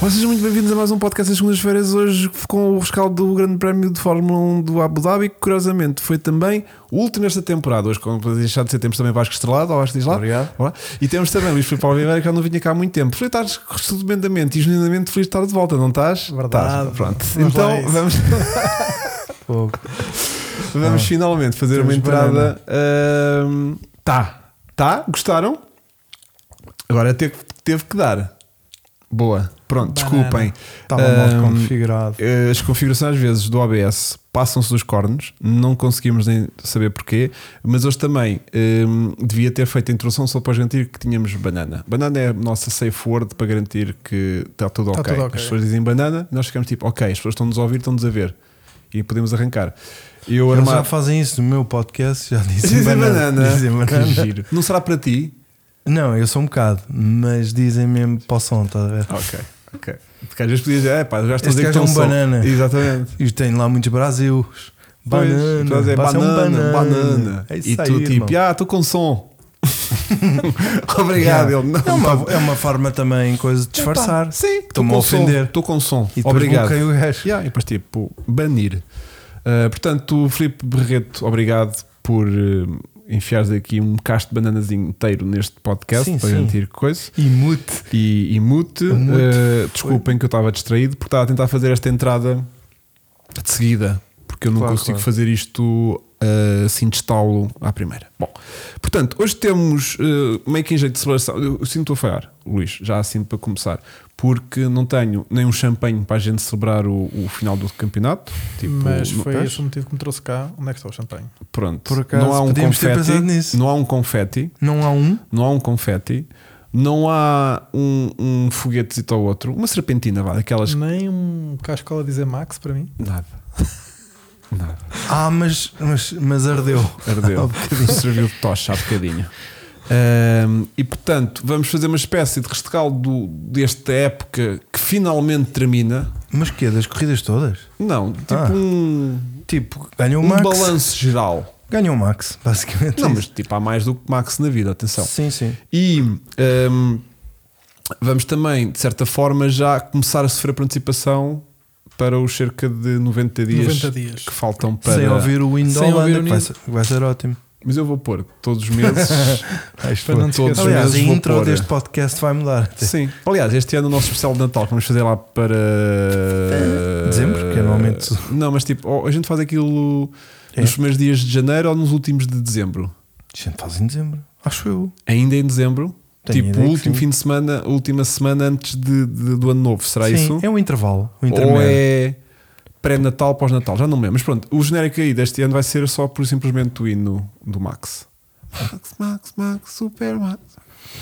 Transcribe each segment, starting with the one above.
Olá, sejam muito bem-vindos a mais um podcast das segundas-feiras, hoje com o rescaldo do Grande Prémio de Fórmula 1 do Abu Dhabi, que curiosamente foi também o último desta temporada. Hoje, como para deixar de ser, temos também Vasco Estrelado, olá, diz lá. Obrigado. Olá. E temos também Luís Filipe Oliveira, que já não vinha cá há muito tempo. Felipe, estás tremendamente e genuinamente feliz de estar de volta, não estás? Verdade. Estás, Pronto. Vamos lá a então, isso. vamos, Fogo. vamos finalmente fazer uma Temos entrada. ahm, tá. Tá? Gostaram? Agora teve, teve que dar. Boa. Pronto, Banana. desculpem. Hum, Estava Ahm, mal configurado. eh, as configurações às vezes do OBS passam-se dos cornos, não conseguimos nem saber porquê, mas hoje também hum, devia ter feito a introdução só para garantir que tínhamos banana. Banana é a nossa safe word para garantir que está tudo, ok. Está Tá tudo ok. As pessoas dizem banana, nós ficamos tipo, ok, as pessoas estão-nos a ouvir, estão-nos a ver e podemos arrancar. Eu Eles já armado. fazem isso no meu podcast, já dizem, Dizem banana. banana. Dizem banana. Que giro. Não será para ti? Não, eu sou um bocado, mas dizem mesmo para o som, estás a ver? Ok, ok. Porque às vezes podias dizer, é pá, já estão a Este dizer que gajo é estão um só." banana. Exatamente. E tem lá muitos Brasil. Pois, Banana, tu vais dizer, vai ser um banana, banana. É isso e tu aí, tipo, irmão. ah, estou com som. Obrigado, Yeah. ele não. é, uma, é uma forma também, coisa de disfarçar. Epá, Sim, Estou-me a ofender. Estou com som. E depois Obrigado. bloqueio o gajo. Yeah, e depois tipo, banir. Uh, portanto, Filipe Berreto, obrigado por uh, enfiares aqui um cacho de bananas inteiro neste podcast Sim, para sim. garantir coisa. E mute. E, e mute, O mute uh, desculpem que eu estava distraído porque estava a tentar fazer esta entrada de seguida, porque eu não Claro, consigo claro. fazer isto uh, assim de estalo à primeira. Bom, portanto, hoje temos uh, meio que em jeito de celebração. Eu, eu sinto a falhar, Luís, já assim para começar, porque não tenho nem um champanhe para a gente celebrar o, o final do campeonato. Tipo, Mas não- foi esse o motivo que me trouxe cá. Onde é que está o champanhe? Pronto, Por acaso, não há um podíamos ter confeti, pensado nisso. não há um confeti, Não há um. não há um confeti, não há um, um foguetezito ao outro, uma serpentina, vá, daquelas que- Nem um cascola dizer Max para mim. Nada. Nada. Ah, mas, mas, mas ardeu. Há Ardeu. um bocadinho. Serviu de tocha há bocadinho. Ahm, e portanto, vamos fazer uma espécie de rescaldo desta época que finalmente termina. Mas que Das corridas todas? Não, tipo Ah. um, Tipo, ganhou o um Max. balanço geral. Ganhou o Max, basicamente. Não, é mas tipo, há mais do que Max na vida, isso. atenção. Sim, sim. E hum, vamos também, de certa forma, já começar a sofrer por antecipação para os cerca de 90 dias, 90 dias. que faltam para. Sem ouvir o Wind Sem ouvir Holanda, o que vai Wind- ser, vai ser ótimo. Mas eu vou pôr todos os meses. Acho Para não te Ah, todos os esquecer. Aliás, a meses vou intro pôr. deste podcast vai mudar. até. Sim. Aliás, este ano o nosso especial de Natal que vamos fazer lá para. Dezembro, que é normalmente- Não, mas tipo, ou a gente faz aquilo É. nos primeiros dias de janeiro ou nos últimos de dezembro. Gente, faz em dezembro. Acho eu. Ainda em dezembro. Tenho tipo, ideia o que último sim. fim de semana, a última semana antes de, de- do ano novo, será Sim, isso? é um intervalo. Um ou intermédio. é pré-natal, pós-natal? Já não me lembro. Mas pronto, o genérico aí deste ano vai ser só por simplesmente o hino do Max. Max, Max, Max, Super Max.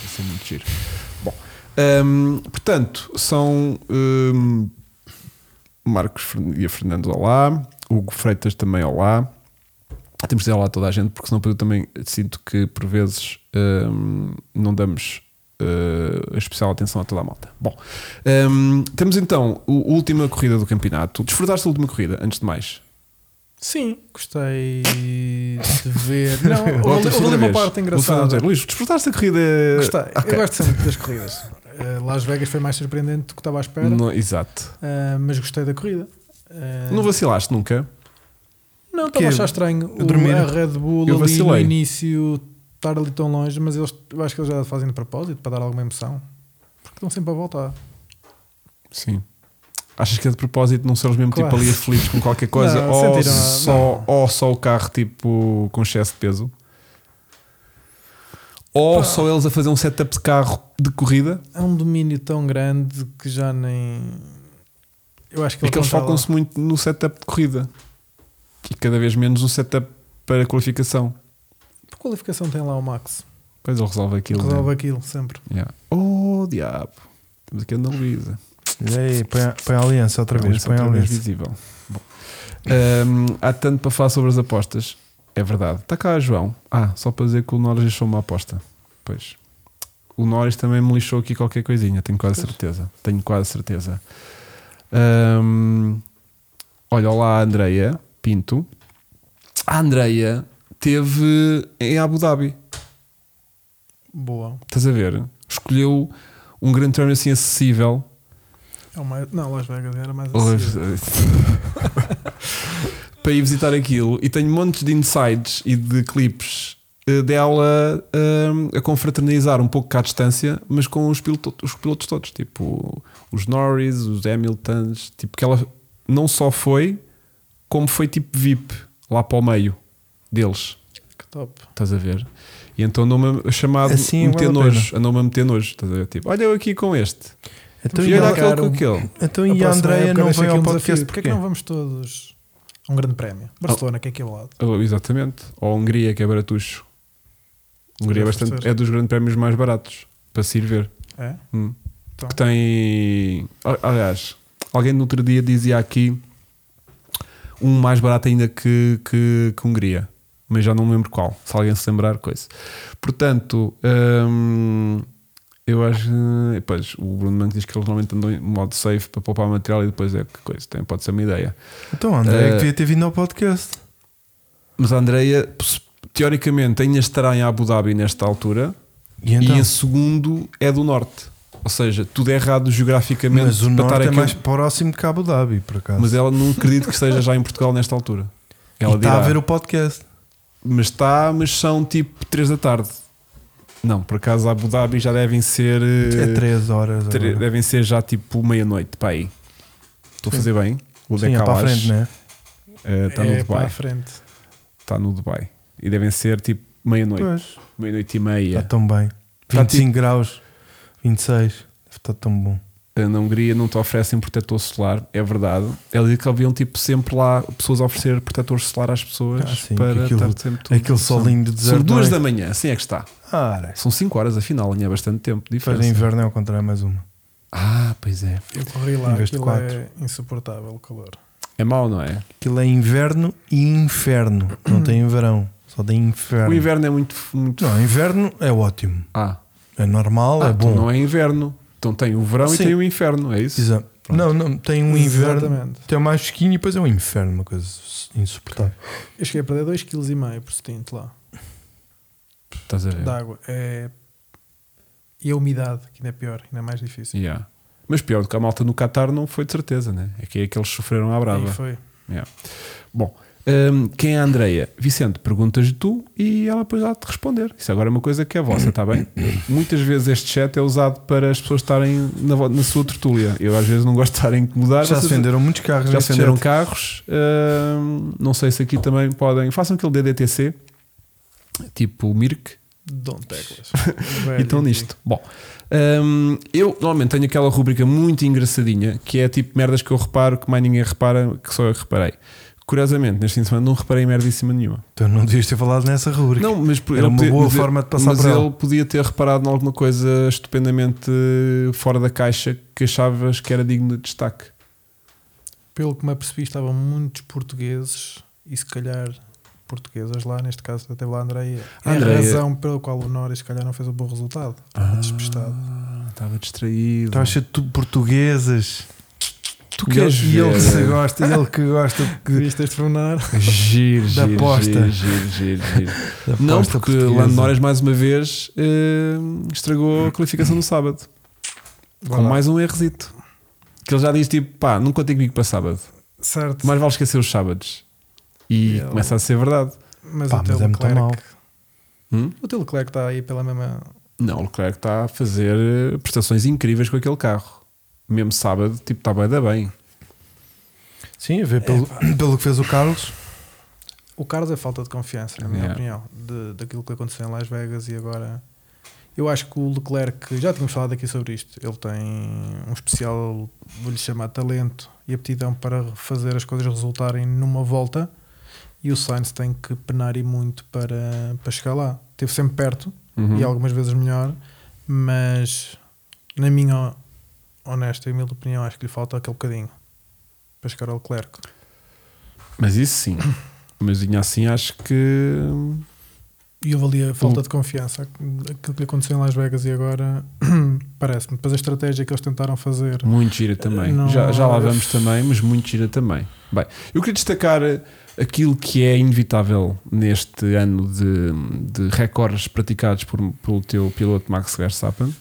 Vai ser muito giro. Bom, hum, portanto, são hum, Marcos Fern- e a Fernando, olá. Hugo Freitas também, olá. Temos de dizer olá a toda a gente, porque senão eu também sinto que por vezes hum, não damos hum, especial atenção a toda a malta. Bom, hum, temos então a última corrida do campeonato. Desfrutaste da última corrida, antes de mais? Sim, gostei de ver. Não, houve Voltas houve outra ali uma vez. parte Vou um engraçada. dizer, Luís, desfrutaste da corrida. Gostei. Ok. Eu gosto sempre das corridas. Eh, Las Vegas foi mais surpreendente do que estava à espera, Não, exato. eh, mas gostei da corrida. Eh, Não vacilaste nunca? Não, Quê? estava a achar estranho o, dormir? a Red Eu Bull ali no vacilei. início estar ali tão longe, mas eles, eu acho que eles já fazem de propósito para dar alguma emoção. Porque estão sempre a voltar. Sim. Achas que é de propósito não seres mesmo Claro. tipo ali aflitos com qualquer coisa? Não, ou, sentiram- só, ou só o carro tipo com excesso de peso? Ou só eles a fazer um setup de carro de corrida? é um domínio tão grande que já nem. Eu acho que É que eles não está lá. focam-se muito no setup de corrida e cada vez menos no setup para qualificação. Por qualificação tem lá o Max. Pois ele resolve aquilo. né? Resolve aquilo sempre. Yeah. Oh, diabo! Temos aqui a Ana Luísa. E aí, põe, a- põe a aliança outra vez. Aliança Põe a outra vez aliança. visível. Bom. Hum, há tanto para falar sobre as apostas. É verdade. Está cá, João. Ah, só para dizer que o Norris deixou uma aposta. Pois. O Norris também me lixou aqui qualquer coisinha, tenho quase certeza. Tenho quase certeza. Hum, olha, olá, Andreia Pinto. A Andreia teve em Abu Dhabi. Boa. Estás a ver? Escolheu um grande prémio assim acessível. É o mais... Não, Las Vegas era mais assim. acessível. para ir visitar aquilo e tenho montes de insights e de clipes eh, dela ehm, a confraternizar um pouco cá à distância, mas com os pilotos, os pilotos todos, tipo os Norris, os Hamiltons, tipo que ela não só foi, como foi tipo VIP lá para o meio deles, Que top. estás a ver? E então andou-me a chamar, Assim meter vale a nojo, andou-me a meter nojo, estás a ver? Tipo, olha eu aqui com este, Então, e e olha a- aquele marcaram. com aquele. então e a próxima Andreia época não deixa veio aqui ao um podcast desafio. Porquê é porquê? que não vamos todos a um grande prémio? Barcelona, que é aqui ao lado. Oh, Exatamente. Ou a Hungria, que é baratucho. A Hungria é, Deve bastante, ser. é dos grandes prémios mais baratos para se ir ver. É? Hum. Então. Que tem. al- Aliás, alguém no outro dia dizia aqui um mais barato ainda que, que, que Hungria, mas já não me lembro qual. Se alguém se lembrar, coisa. Portanto, hum, eu acho. eh, Pois, o Bruno Manco diz que eles normalmente andam em modo safe para poupar material e depois é que coisa. Tem, pode ser uma ideia. Então a Andreia Eh, que devia ter vindo ao podcast. Mas a Andreia, pos- teoricamente, ainda estará em Abu Dhabi nesta altura E então? e em segundo é do norte. Ou seja, tudo é errado geograficamente Mas o para estar norte é aqui. mais próximo de Cabo Dhabi, por acaso. Mas ela não acredito que esteja já em Portugal nesta altura. Ela e está dirá, a ver o podcast. Mas está, mas são tipo 3 da tarde. Não, por acaso Abu Dhabi já devem ser. eh, É 3 horas. tre- agora. devem ser já tipo meia-noite para aí. Estou a fazer bem. O Sim, é para a frente, né? eh, está no é para Dubai. a frente. Está no Dubai. E devem ser tipo meia-noite, Pois. meia-noite e meia. Está tão bem. Tá 25 graus, 26. Deve estar tão bom. Eh, na Hungria não te oferecem protetor solar, é verdade. Ela diz que haviam tipo sempre lá pessoas a oferecer protetor solar às pessoas Ah, sim, que para aquilo- estar sempre tudo. Aquele solinho de São deserto. duas não da é? manhã, assim é que está. Ah, era. São 5 horas, afinal, ainda é bastante tempo. de Para Diferença. inverno é ao contrário, mais uma. Ah, pois é. Eu corri lá, Em vez de aquilo quatro. é insuportável o calor. É mau, não é? Aquilo é inverno e inferno. Não tem verão, só tem inferno. O inverno é muito. muito... Não, inverno é ótimo. Ah, É normal, ah, é então bom. não é inverno. Então tem o verão Sim. e tem o inferno, é isso? Exato. Não, não, tem um inverno. Exatamente. Tem mais chiquinho e depois é um inferno, uma coisa insuportável. Eu cheguei a perder 2,5kg por stint lá, Estás a ver? de água. É... E a umidade, que ainda é pior, ainda é mais difícil. Yeah. Mas pior do que a malta no Qatar não foi de certeza, né? É que é que eles sofreram à brava. Aí foi. Bom, hum, quem é a Andreia? Vicente, perguntas tu e ela depois há de responder. Isso agora é uma coisa que é vossa, está bem? Muitas vezes este chat é usado para as pessoas estarem na, vo- na sua tertúlia. Eu às vezes não gosto de estar a incomodar. Já se vocês- venderam muitos carros. já neste se venderam chat. carros. hum, não sei se aqui também podem. Façam aquele DDTC, tipo Mirk, Don't teclas. então nisto. Bom, hum, eu normalmente tenho aquela rubrica muito engraçadinha que é tipo merdas que eu reparo que mais ninguém repara, que só eu que reparei. Curiosamente, neste fim de semana não reparei em merdíssima nenhuma. Então não devias ter falado nessa rubrica. Não, mas por- Era ele uma podia- boa mas ele- forma de passar mas por ele ela. podia ter reparado em alguma coisa estupendamente eh, fora da caixa que achavas que era digno de destaque. Pelo que me apercebi, estavam muitos portugueses e se calhar portuguesas lá, neste caso até lá a Andreia. É a Andreia. razão pela qual o Norris se calhar não fez um bom resultado. Estava despistado. Ah, Estava distraído. Estás a ser Então, tu portuguesas. tu E ele, queres e ele que se ver? gosta, e ele que gosta de, Viste este Fernando? Giro, Da giro, aposta. giro, giro, giro, giro. da Não, aposta porque portuguesa. Lando Norris mais uma vez eh, estragou a qualificação no sábado com mais um errozito. Que ele já diz tipo, pá, não contem comigo para sábado, Certo. mais vale esquecer os sábados. E Ele- começa a ser verdade. Mas Pá, o teu mas é muito mau. Leclerc. Hum? O teu Leclerc está aí pela mesma. Não, o Leclerc está a fazer eh, prestações incríveis com aquele carro. Mesmo sábado, tipo, está bem, dá bem. Sim, a ver pelo, pelo que fez o Carlos. O Carlos é falta de confiança, na minha Yeah. opinião, de, daquilo que aconteceu em Las Vegas e agora. Eu acho que o Leclerc, já tínhamos falado aqui sobre isto, ele tem um especial, vou-lhe chamar talento e aptidão para fazer as coisas resultarem numa volta e o Sainz tem que penar e muito para, para chegar lá. Esteve sempre perto Uhum. e algumas vezes melhor, mas na minha honesta e humilde opinião, acho que lhe falta aquele bocadinho para chegar ao Leclerc. Mas isso sim. Mas ainda assim acho que hum, E eu valia a falta O- de confiança. Aquilo que lhe aconteceu em Las Vegas e agora parece-me. Depois a estratégia que eles tentaram fazer. muito gira também. Não- Já, já lá vamos também, mas muito gira também. Bem, eu queria destacar eh, aquilo que é inevitável neste ano de, de recordes praticados por, pelo teu piloto Max Verstappen.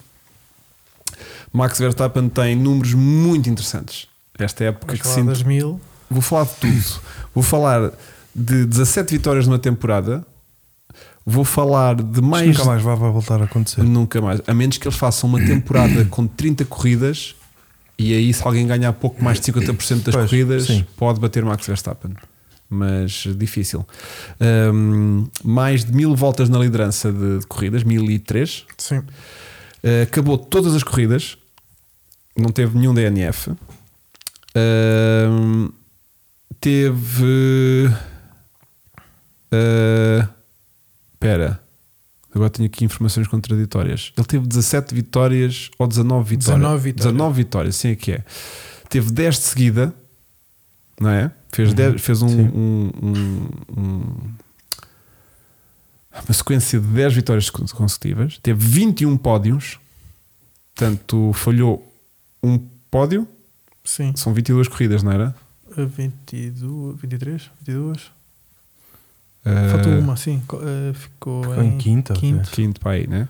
Max Verstappen tem números muito interessantes. Esta época é Vamos que falar sinto das mil. Vou falar de tudo. Vou falar de 17 vitórias numa temporada. Vou falar de Mas mais. nunca mais vai, vai voltar a acontecer. Nunca mais. A menos que eles façam uma temporada com 30 corridas. E aí, se alguém ganhar pouco mais de 50% das Pois, corridas, sim. pode bater Max Verstappen. Mas eh, difícil. Ahm, mais de mil voltas na liderança de, de corridas, 1003. Sim. Uh, acabou todas as corridas, não teve nenhum DNF. Um, teve. uh, Espera, agora tenho aqui informações contraditórias. Ele teve 17 vitórias ou 19 vitórias? 19 vitórias. 19 vitórias, sim, é que é. Teve 10 de seguida, não é? Fez, 10 fez um, sim. um- um- um- uma sequência de 10 vitórias con- consecutivas, teve 21 pódios, portanto, falhou um pódio, Sim. são 22 corridas, não era? A 22, 23, 22. Faltou Uh, uma, sim. Co- eh, ficou, Eh, Ficou em quinta, quinto. Quinto para aí, né?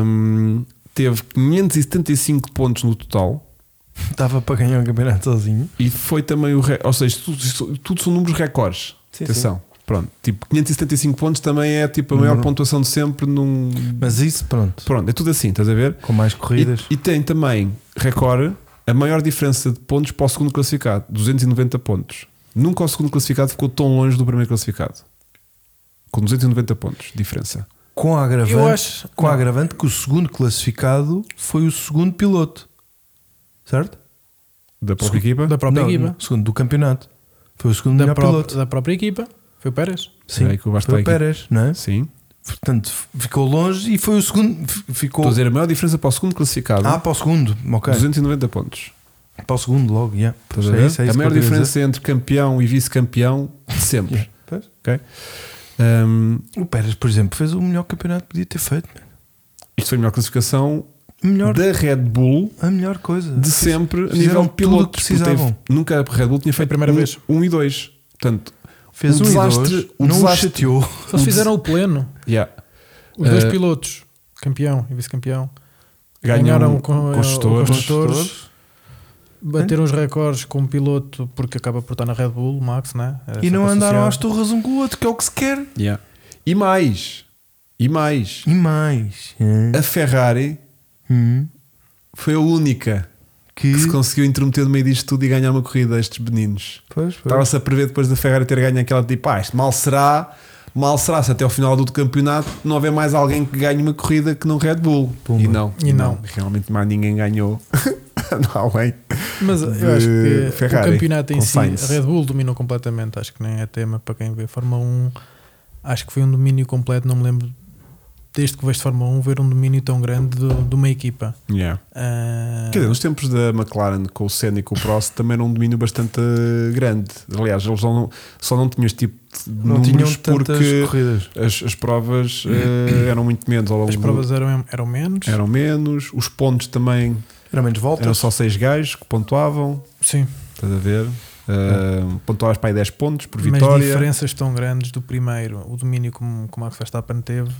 Um, teve 575 pontos no total Estava para ganhar o campeonato sozinho. e foi também o. re- Ou seja, tudo, isto- tudo são números recordes. Sim, Atenção. Pronto, tipo 575 pontos também é tipo a maior Número- pontuação de sempre num. Uhum. Mas isso, pronto. Pronto, é tudo assim, estás a ver? Com mais corridas. E, e tem também recorde a maior diferença de pontos para o segundo classificado, 290 pontos. Nunca o segundo classificado ficou tão longe do primeiro classificado. Com 290 pontos de diferença. Com a agravante, Eu acho- com a não. agravante que o segundo classificado foi o segundo piloto. Certo? Da própria equipa? Da própria Não, equipa. não, segundo do campeonato. Foi o segundo Da, melhor pró- piloto. da própria equipa. Foi o Pérez. Sim, Peraí que o Vasco foi o está aqui. Pérez, não é? Sim. Portanto, f- ficou longe e foi o segundo. f- Ficou. Estou a dizer a maior diferença para o segundo classificado, Ah, para o segundo. Ok. 290 pontos. Para o segundo logo, yeah. Estás a É ver? isso, é a isso que maior eu queria diferença entre campeão e vice-campeão de sempre. dizer. Yeah. Pois. ok? Um, O Pérez, por exemplo, fez o melhor campeonato que podia ter feito. man. isto foi a melhor classificação A melhor, da Red Bull a melhor coisa. de sempre a fizeram nível de tudo o pilotos. que precisavam. porque teve- nunca a Red Bull tinha feito primeira um, vez. um e dois. Portanto, Fez um um, desastre, desastre. um não desastre. o chateou. Eles fizeram o pleno. yeah, Os dois Eh, pilotos, campeão e vice-campeão, ganharam ganharam com, com- construtores. com construtores. bateram os recordes com um piloto porque acaba por estar na Red Bull, Max, né? É E sempre não andaram associado. às torres um com o outro, que é o que se quer. Yeah. E mais, e mais, E mais. a Ferrari Hum, foi a única que. É. que se conseguiu intermeter no meio disto tudo e ganhar uma corrida a estes meninos. Pois, pois. Estava-se a prever depois da Ferrari ter ganho aquela tipo, ah, isto mal será, mal será se até ao final do campeonato não houver mais alguém que ganhe uma corrida que não Red Bull. Pumba. E não, E não. realmente mais ninguém ganhou. não, além. Mas eu de acho que Ferrari, o campeonato em com si, Sainz. a Red Bull dominou completamente, acho que nem é tema para quem vê Fórmula 1. Acho que foi um domínio completo, não me lembro desde que vejo Fórmula 1 ver um domínio tão grande de, de uma equipa. Yeah. Ah, Quer dizer, nos tempos da McLaren com o Senna e com o Prost também era um domínio bastante eh, grande. Aliás, eles só não, só não tinham este tipo de Não tinham números tantas porque corridas. as, as provas eh, eram muito menos ao longo as do- provas eram, eram menos. eram menos, os pontos também Era menos voltas. eram só seis gajos que pontuavam, Sim, estás a ver? Eh, pontuavas para aí 10 pontos por mas vitória. diferenças tão grandes do primeiro, o domínio como como Max Verstappen teve.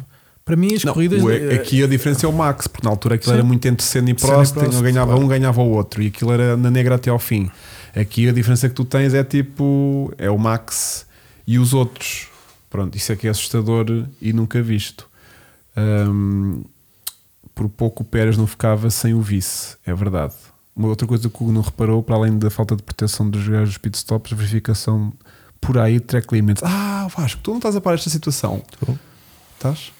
Para mim, as Não, corridas. o- eh, aqui a diferença é o Max, porque na altura aquilo Sim. era muito entre Senna e Senna e Prost, Prost, um ganhava claro. um, ganhava o outro, e aquilo era na negra até ao fim. Aqui a diferença que tu tens é tipo, é o Max e os outros. Pronto, isso é que é assustador e nunca visto. Hum, por pouco o Pérez não ficava sem o vice, é verdade. Uma outra coisa que o Hugo não reparou, para além da falta de proteção dos gajos dos pitstops, a verificação por aí de track limits. Ah, Vasco, tu não estás a parar esta situação. Estou. Estás?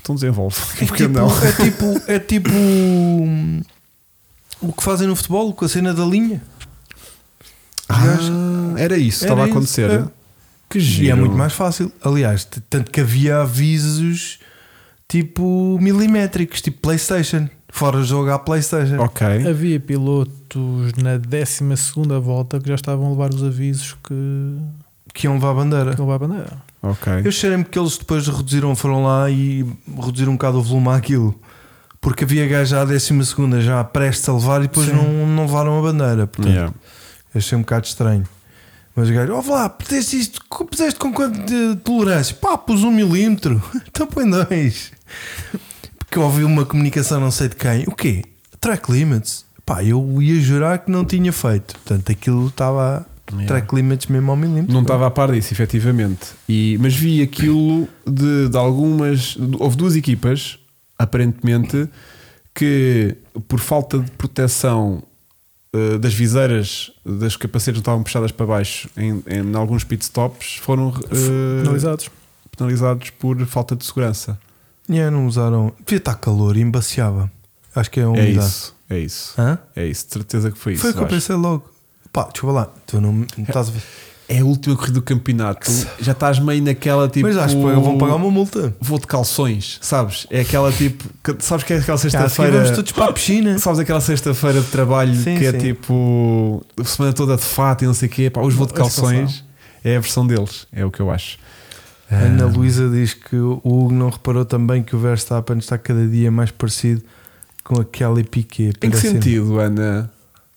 Então desenvolve. É Porque tipo, não? é tipo, é tipo hum, o que fazem no futebol com a cena da linha. Ah, era isso, Era estava a isso, acontecer. é. Que E é giro. muito mais fácil. Aliás, t- tanto que havia avisos tipo milimétricos, tipo PlayStation. Fora jogo à PlayStation. Ok. Havia pilotos na 12 volta que já estavam a levar os avisos que, Que iam levar a bandeira. que eh, levar a bandeira. Ok. Eu cheirei-me que eles depois reduziram, foram lá e reduziram um bocado o volume àquilo. Porque havia gajo à 12 já prestes a levar e depois Sim. não, não levaram a bandeira. Portanto, Yeah. Achei um bocado estranho. Mas o gajo, ó lá, puseste isto, co- puseste com quanto de tolerância? Pá, pus um milímetro. Então põe dois. Porque eu ouvi uma comunicação, não sei de quem. O quê? track limits. Pá, eu ia jurar que não tinha feito. Portanto, aquilo estava Yeah. track limits mesmo ao milímetro. Não estava a par disso, efetivamente. E, mas vi aquilo de, de algumas. Houve duas equipas, aparentemente, que por falta de proteção eh, das viseiras das capacetes não estavam puxadas para baixo em, em, alguns pit stops, foram eh, Analisados. penalizados por falta de segurança. Yeah, não usaram. Devia estar calor, embaciava. Acho que é a É umidade. isso, é isso. Hã? É isso, de certeza que foi isso. Foi o que eu acho. pensei logo. Pá, desculpa lá, tu não me não estás a ver. É a última corrida do campeonato. Já estás meio naquela tipo. Mas acho que um- vão pagar uma multa. Vou de calções, sabes? É aquela tipo. que- sabes que é aquela Ah, assim sexta-feira. vamos todos para a piscina. Sabes aquela sexta-feira de trabalho Sim, que é sim. tipo. a semana toda de fato e não sei o quê. Pá, hoje vou de Hoje calção. calções. É a versão deles, é o que eu acho. Ah, A É. Ana Luísa diz que o Hugo não reparou também que o Verstappen está cada dia mais parecido com a Kelly Piquet. Em que Parece- sentido, Ana?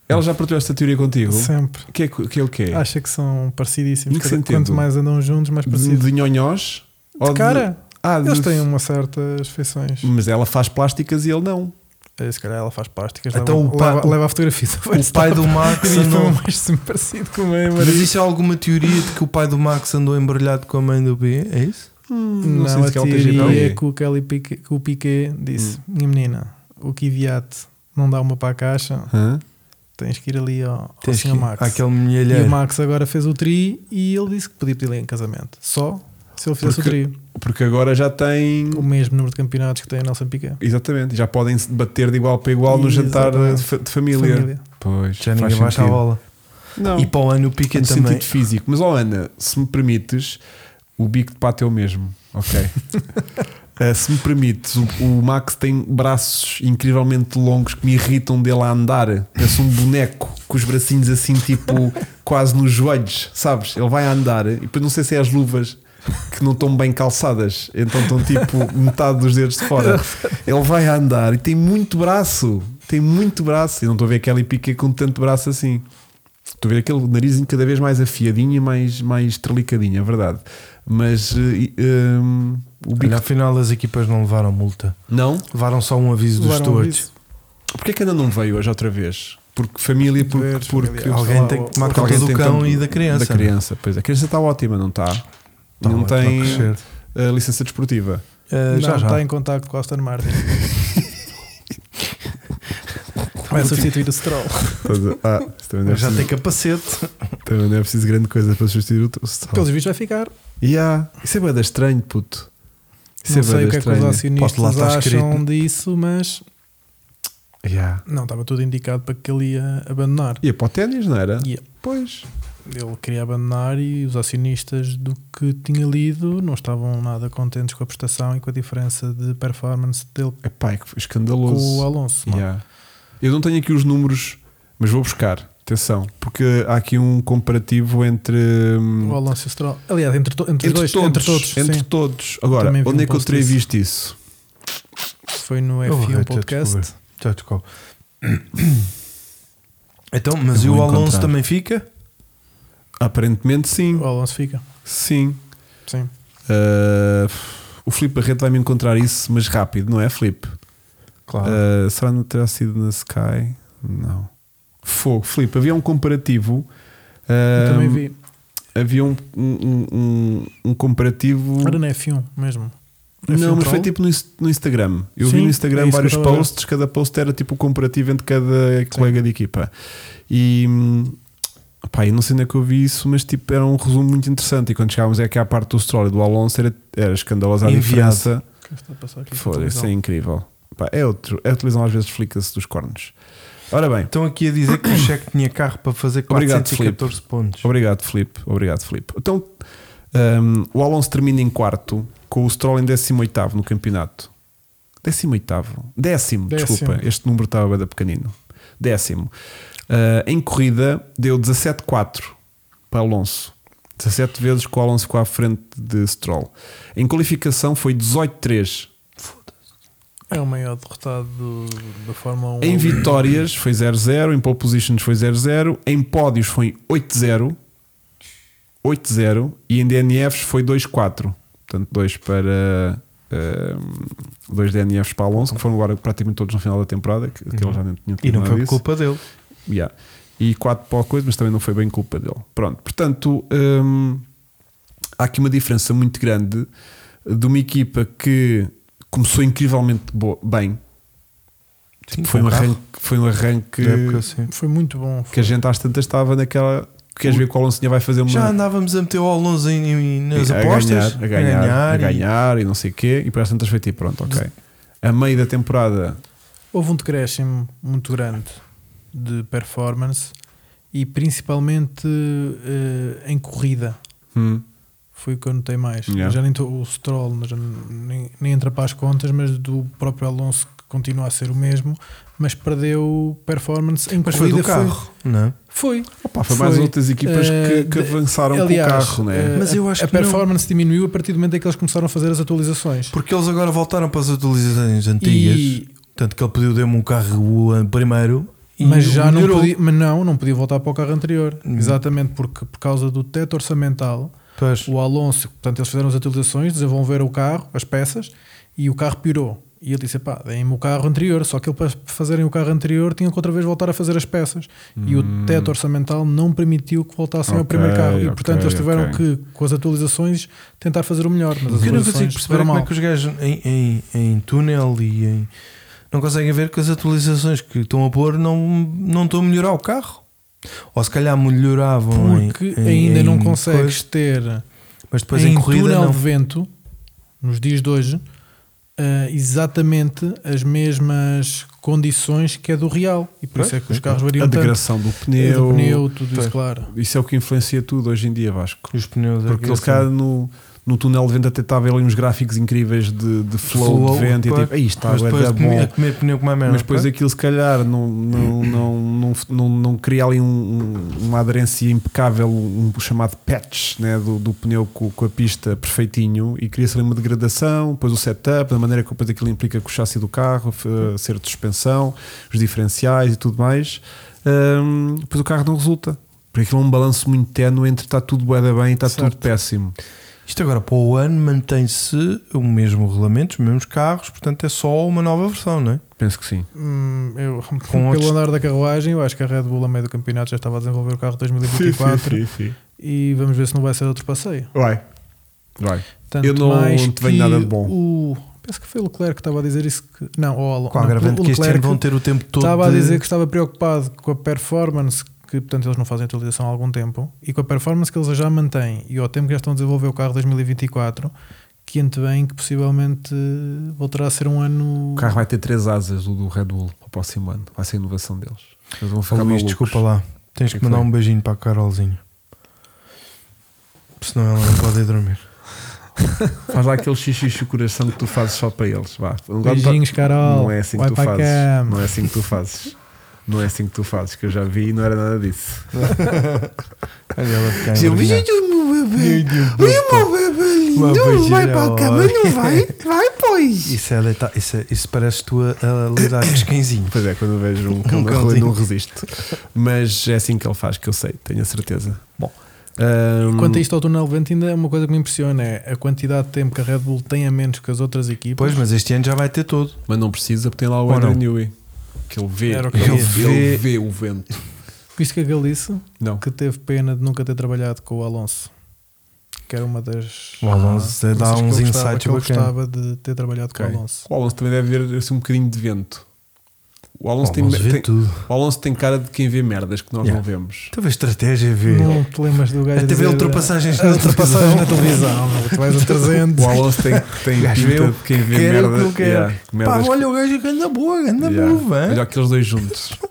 Ela já partilhou esta teoria contigo? Sempre. Que é, que que é o quê? Acha que são parecidíssimos. Em que Cada- sentido? Quanto mais andam juntos, mais de, parecidos. de nhonhós? Ou é De cara, Ah, de- Hum. eles têm um- uma certas feições. Mas ela faz plásticas e ele não. Eh, Se calhar ela faz plásticas. Então leva, o pai- leva, leva a fotografia. O pai do Max Diz foi um andou. mais se parecido com o meu Mas marido. existe alguma teoria de que o pai do Max andou embrulhado com a mãe do B? É isso? Hum, não, Hum. sei se a que ela esteja teoria bem. é que o Kelly Pique- que o Piquet disse: Minha menina, o Kiviat não dá uma para a caixa, Hã? tens que ir ali ao, ao Tens senhor que- Max. Aquele E o mulherheiro. Max agora fez o tri e ele disse que podia pedir em casamento. Só se ele fizesse Porque- o tri. Porque agora já tem. O mesmo número de campeonatos que tem o Nelson Piquet. Exatamente, já podem se bater de igual para igual no jantar Exatamente. de, fa- de família. Família. Pois, Já faz ninguém baixa a sentido. bola. Não, E para o ano o Piquet no também. sentido físico. Mas, ó Ana, se me permites, o bico de pato é o mesmo, ok? Eh, se me permites, o, o Max tem braços incrivelmente longos que me irritam dele a andar. Parece um boneco com os bracinhos assim, tipo, quase nos joelhos, sabes? Ele vai a andar e depois não sei se é as luvas que não estão bem calçadas, então estão tipo metade dos dedos de fora. Ele vai a andar e tem muito braço, tem muito braço. E não estou a ver aquele pique com tanto braço assim. Estou a ver aquele narizinho cada vez mais afiadinho e mais, mais trelicadinho, é verdade. Mas eh, e, hum, o bico. Olha, afinal as equipas não levaram multa. Não? Levaram só um aviso dos Levaram um stewards. aviso. Porquê que ainda não veio hoje outra vez? Porque família, porque. Deveres porque familiares. Alguém Lá, tem o- que tomar o- porque conta do tem cão tanto- e da criança. né? Da criança, pois. A criança está ótima, não está? Tá não lá, tá a tem crescer. eh, licença desportiva. Ah, Não, já, já. está em contacto com o Aston Martin. Vai substituir o Stroll. ah, isso também não é já preciso- tem capacete. Também não é preciso grande coisa para substituir o Pelos Toast. vistos vai ficar. Yeah. Isso é bada estranho, puto. Isso não é sei o bada que é que os estranho. Posso lá acionistas estar acham escrito, né? disso, mas Yeah. não, estava tudo indicado para que ele ia abandonar. Ia para o ténis, não era? Ia. Pois. Ele queria abandonar e os acionistas do que tinha lido não estavam nada contentes com a prestação e com a diferença de performance dele Epá, é que foi com o escandaloso. Alonso. mano. Yeah. Eu não tenho aqui os números, mas vou buscar. Atenção, porque há aqui um comparativo entre. hum, O Alonso e o Stroll. Aliás, entre, to- entre, os entre dois, todos, entre todos. entre sim. todos. Agora, Também vi onde um é que eu post terei disso. visto isso? Foi no Eu vou F1 ver, já Podcast. descobri. Já descobri. Então, mas Eu e o vou Alonso encontrar. também fica? Aparentemente, sim. O Alonso fica. Sim. Sim. Uh, o Filipe Barreto vai me encontrar isso, mas rápido, não é, Filipe? Claro. Ah, Uh, será que não terá sido na Sky? Não. Fogo, Filipe, havia um comparativo. Eu uh, também vi. Havia um, um, um- um comparativo. Era na F1 mesmo. F1 Não, mas Troll? foi tipo no, Inst- no Instagram. Eu Sim, vi no é Instagram isso que vários eu estava a ver. posts, cada post era tipo um comparativo entre cada colega de equipa. E hum, pá, eu não sei onde é que eu vi isso, mas tipo era um resumo muito interessante. E quando chegámos é que à parte do Stroll e do Alonso era, era É escandalosa a Enviado. diferença. O que está a passar aqui? Foda-se, é incrível. Pá, é outro. A televisão às vezes flica-se dos cornos. Ora bem, Estão aqui a dizer que o cheque tinha carro para fazer Obrigado, 414 pontos. Obrigado, Filipe. Obrigado, Filipe. Então, hum, o Alonso termina em quarto, com o Stroll em 18 no campeonato. 18. Décimo, Décimo. desculpa. Este número estava bem da pequenino. Décimo. Ah, em corrida, deu 17-4 para Alonso. 17 vezes que o Alonso ficou à frente de Stroll. Em qualificação foi 18-3. É o maior derrotado do- da Fórmula 1. Em vitórias foi 0-0, em pole positions foi 0-0, em pódios foi 8-0, 8-0 e em DNFs foi 2-4. Portanto, 2 para um, dois DNFs para Alonso, que foram agora praticamente todos no final da temporada, que, que Uhum. ele já nem tinha E não nada foi disso. culpa dele. Yeah. E 4 para a coisa, mas também não foi bem culpa dele. Pronto, portanto, hum, há aqui uma diferença muito grande de uma equipa que começou incrivelmente bo- bem. Sim, Foi um com o carro arranque, foi um arranque da época, sim. Foi muito bom. que a gente às tantas estava naquela. Queres ver qual Alonso tinha vai fazer uma. Já andávamos a meter o Alonso em, em- nas a apostas. ganhar, a ganhar, a e- ganhar e... não sei o quê, e para as tantas foi tipo, pronto, ok. A meio da temporada, Houve um decréscimo muito grande de performance e principalmente eh, em corrida. hum, Foi o que eu notei mais. Yeah. Já nem tô- o Stroll mas já nem, nem entra para as contas, mas do próprio Alonso que continua a ser o mesmo, mas perdeu performance em Mas foi do corrida. carro, não é? Foi. opá, foi, mais Foi, outras equipas que, eh, que de- avançaram Aliás, com o carro, né? eh, Mas eu acho a, a que não. performance diminuiu a partir do momento em que eles começaram a fazer as atualizações. Porque eles agora voltaram para as atualizações antigas. E- Tanto que ele pediu deu-me um carro o primeiro. E mas já não melhorou. podia, mas não, não podia voltar para o carro anterior. Hum. Exatamente porque por causa do teto orçamental, Pois. o Alonso, portanto, eles fizeram as atualizações, desenvolveram o carro, as peças, e o carro piorou. E ele disse: pá, deem-me o carro anterior. Só que ele, para fazerem o carro anterior, tinha que outra vez voltar a fazer as peças. E Hum. o teto orçamental não permitiu que voltassem ao Ok, primeiro carro. E, ok, portanto, eles tiveram ok. que, com as atualizações, tentar fazer o melhor. Mas O as que eu não atualizações consigo perceber é correram como mal. é que os gajos em, em, em túnel e em. Não conseguem ver que as atualizações que estão a pôr não, não estão a melhorar o carro. Ou se calhar melhoravam. em- Porque em- ainda em não consegues coisa, ter mas depois em, em, corrida túnel não. de vento, nos dias de hoje, ah, exatamente as mesmas condições que é do real. E por Pois, isso é que os carros variam a tanto. degradação do Do pneu, pneu, tudo Pois. isso, claro. isso é o que influencia tudo hoje em dia, Vasco. Os pneus Porque ele, aquilo se calhar, no, no túnel de vento até estava ali uns gráficos incríveis de, de flow, Flow, de vento claro. e tipo, aí está, mas é depois da de comer, a bom. comer pneu com uma merda. Mas depois pá. aquilo, se calhar, não, não, não, não, não, não cria ali um- um- uma aderência impecável, um chamado patch né, do, do pneu com, com a pista perfeitinho e cria-se ali uma degradação. Depois o setup, da maneira que depois aquilo implica com o chassi do carro, f- eh, ser de suspensão, os diferenciais e tudo mais. Hum, depois o carro não resulta. Porque aquilo é um balanço muito ténue entre está tudo bué da bem e está tudo Certo. péssimo. Isto agora para o ano mantém-se o mesmo regulamento, os mesmos carros, portanto é só uma nova versão, não é? Penso que sim. Hum, eu, pelo outros- andar da carruagem, eu acho que a Red Bull, a meio do campeonato, já estava a desenvolver o carro 2024 e vamos ver se não vai ser outro passeio. Vai. Vai. Tanto Eu não mais te vejo que nada de bom. O, penso que foi o Leclerc que estava a dizer isso. Que, não, o Alonso. Com a agravante que este ano vão ter o tempo todo. Estava a de- dizer que estava preocupado com a performance, que portanto eles não fazem atualização há algum tempo, e com a performance que eles já mantêm e ao tempo que já estão a desenvolver o carro 2024, que antevém que possivelmente eh, voltará a ser um ano. O carro vai ter três asas o do Red Bull para o próximo ano. Vai ser a inovação deles. Eles vão ficar Luís, malucos. desculpa lá. Tens Que que, que mandar foi? um beijinho para a Carolzinha. Senão ela não pode ir dormir. Faz lá aquele xixi de coração que tu fazes só para eles. Vá. Agora tá- Beijinhos, Carol. Não é assim que vai tu para a fazes. cama. Não é assim que tu fazes. Não é assim que tu fazes, que eu já vi e não era nada disso. Olha ela ficar Sim, envergonhada. mas meu bebê. o né? meu bebê Uma beijinha, olha. Vai, pois. Isso, é deitar, isso, é- isso parece eh, tu a, a lidar com os cãezinhos. Pois é, quando eu vejo um cão Um na rua cãozinho. não resisto. Mas é assim que ele faz, que eu sei, tenho a certeza. Bom. é hum, ahm, um- Quanto a isto ao túnel de vento, ainda uma coisa que me impressiona é a quantidade de tempo que a Red Bull tem a menos que as outras equipas. Pois, mas este ano já vai ter todo. Mas não precisa, porque tem lá o Ou Andrew não? Newey. Que ele vê, Era o que ele, eu ia vê, dizer. ele vê o vento. Visto que a Galice, Não. que teve pena de nunca ter trabalhado com o Alonso, que era uma das. O Alonso ah, dá coisas que uns eu gostava- insights que eu bacana. gostava de ter trabalhado com Ok. o Alonso. O Alonso também deve ver assim, um bocadinho de vento. O Alonso, tem- Alonso vê tem, tudo. o Alonso tem cara de quem vê merdas que nós Yeah. não vemos. Teve a estratégia, vê. Não te lembras do gajo. a Até vê dizer, ultrapassagens "Ah, na ultrapassagens na televisão." televisão. meu, Tu vais a 300. O Alonso tem, tem Gajo pinta vê o de quem vê quer, é o que merda- eu quero. yeah, merdas. Pá, que- olha o gajo que anda boa, anda yeah. boa. Olha aqueles dois juntos.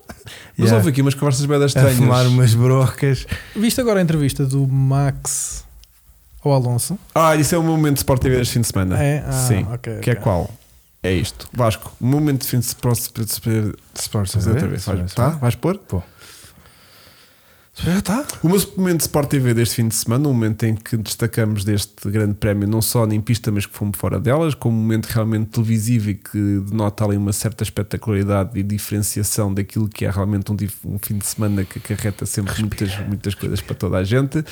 Mas Yeah. houve aqui umas conversas bem A estranhas. fumar umas brocas. Viste agora a entrevista do Max ao Alonso? Ah, isso é o meu momento de Sport TV deste fim de semana. É? Ah, Sim. ok, Que é ok. qual? É isto. Vasco, o momento de fim de Sport TV. Sports Outra vez. Vais- Tá? Vais pôr? Pô. Já está. O meu momento de Sport TV deste fim de semana, um momento em que destacamos deste grande prémio, não só em pista, mas que fomos fora delas, como um momento realmente televisivo e que denota ali uma certa espetacularidade e diferenciação daquilo que é realmente um, dif- um fim de semana que acarreta sempre muitas, muitas coisas para toda a gente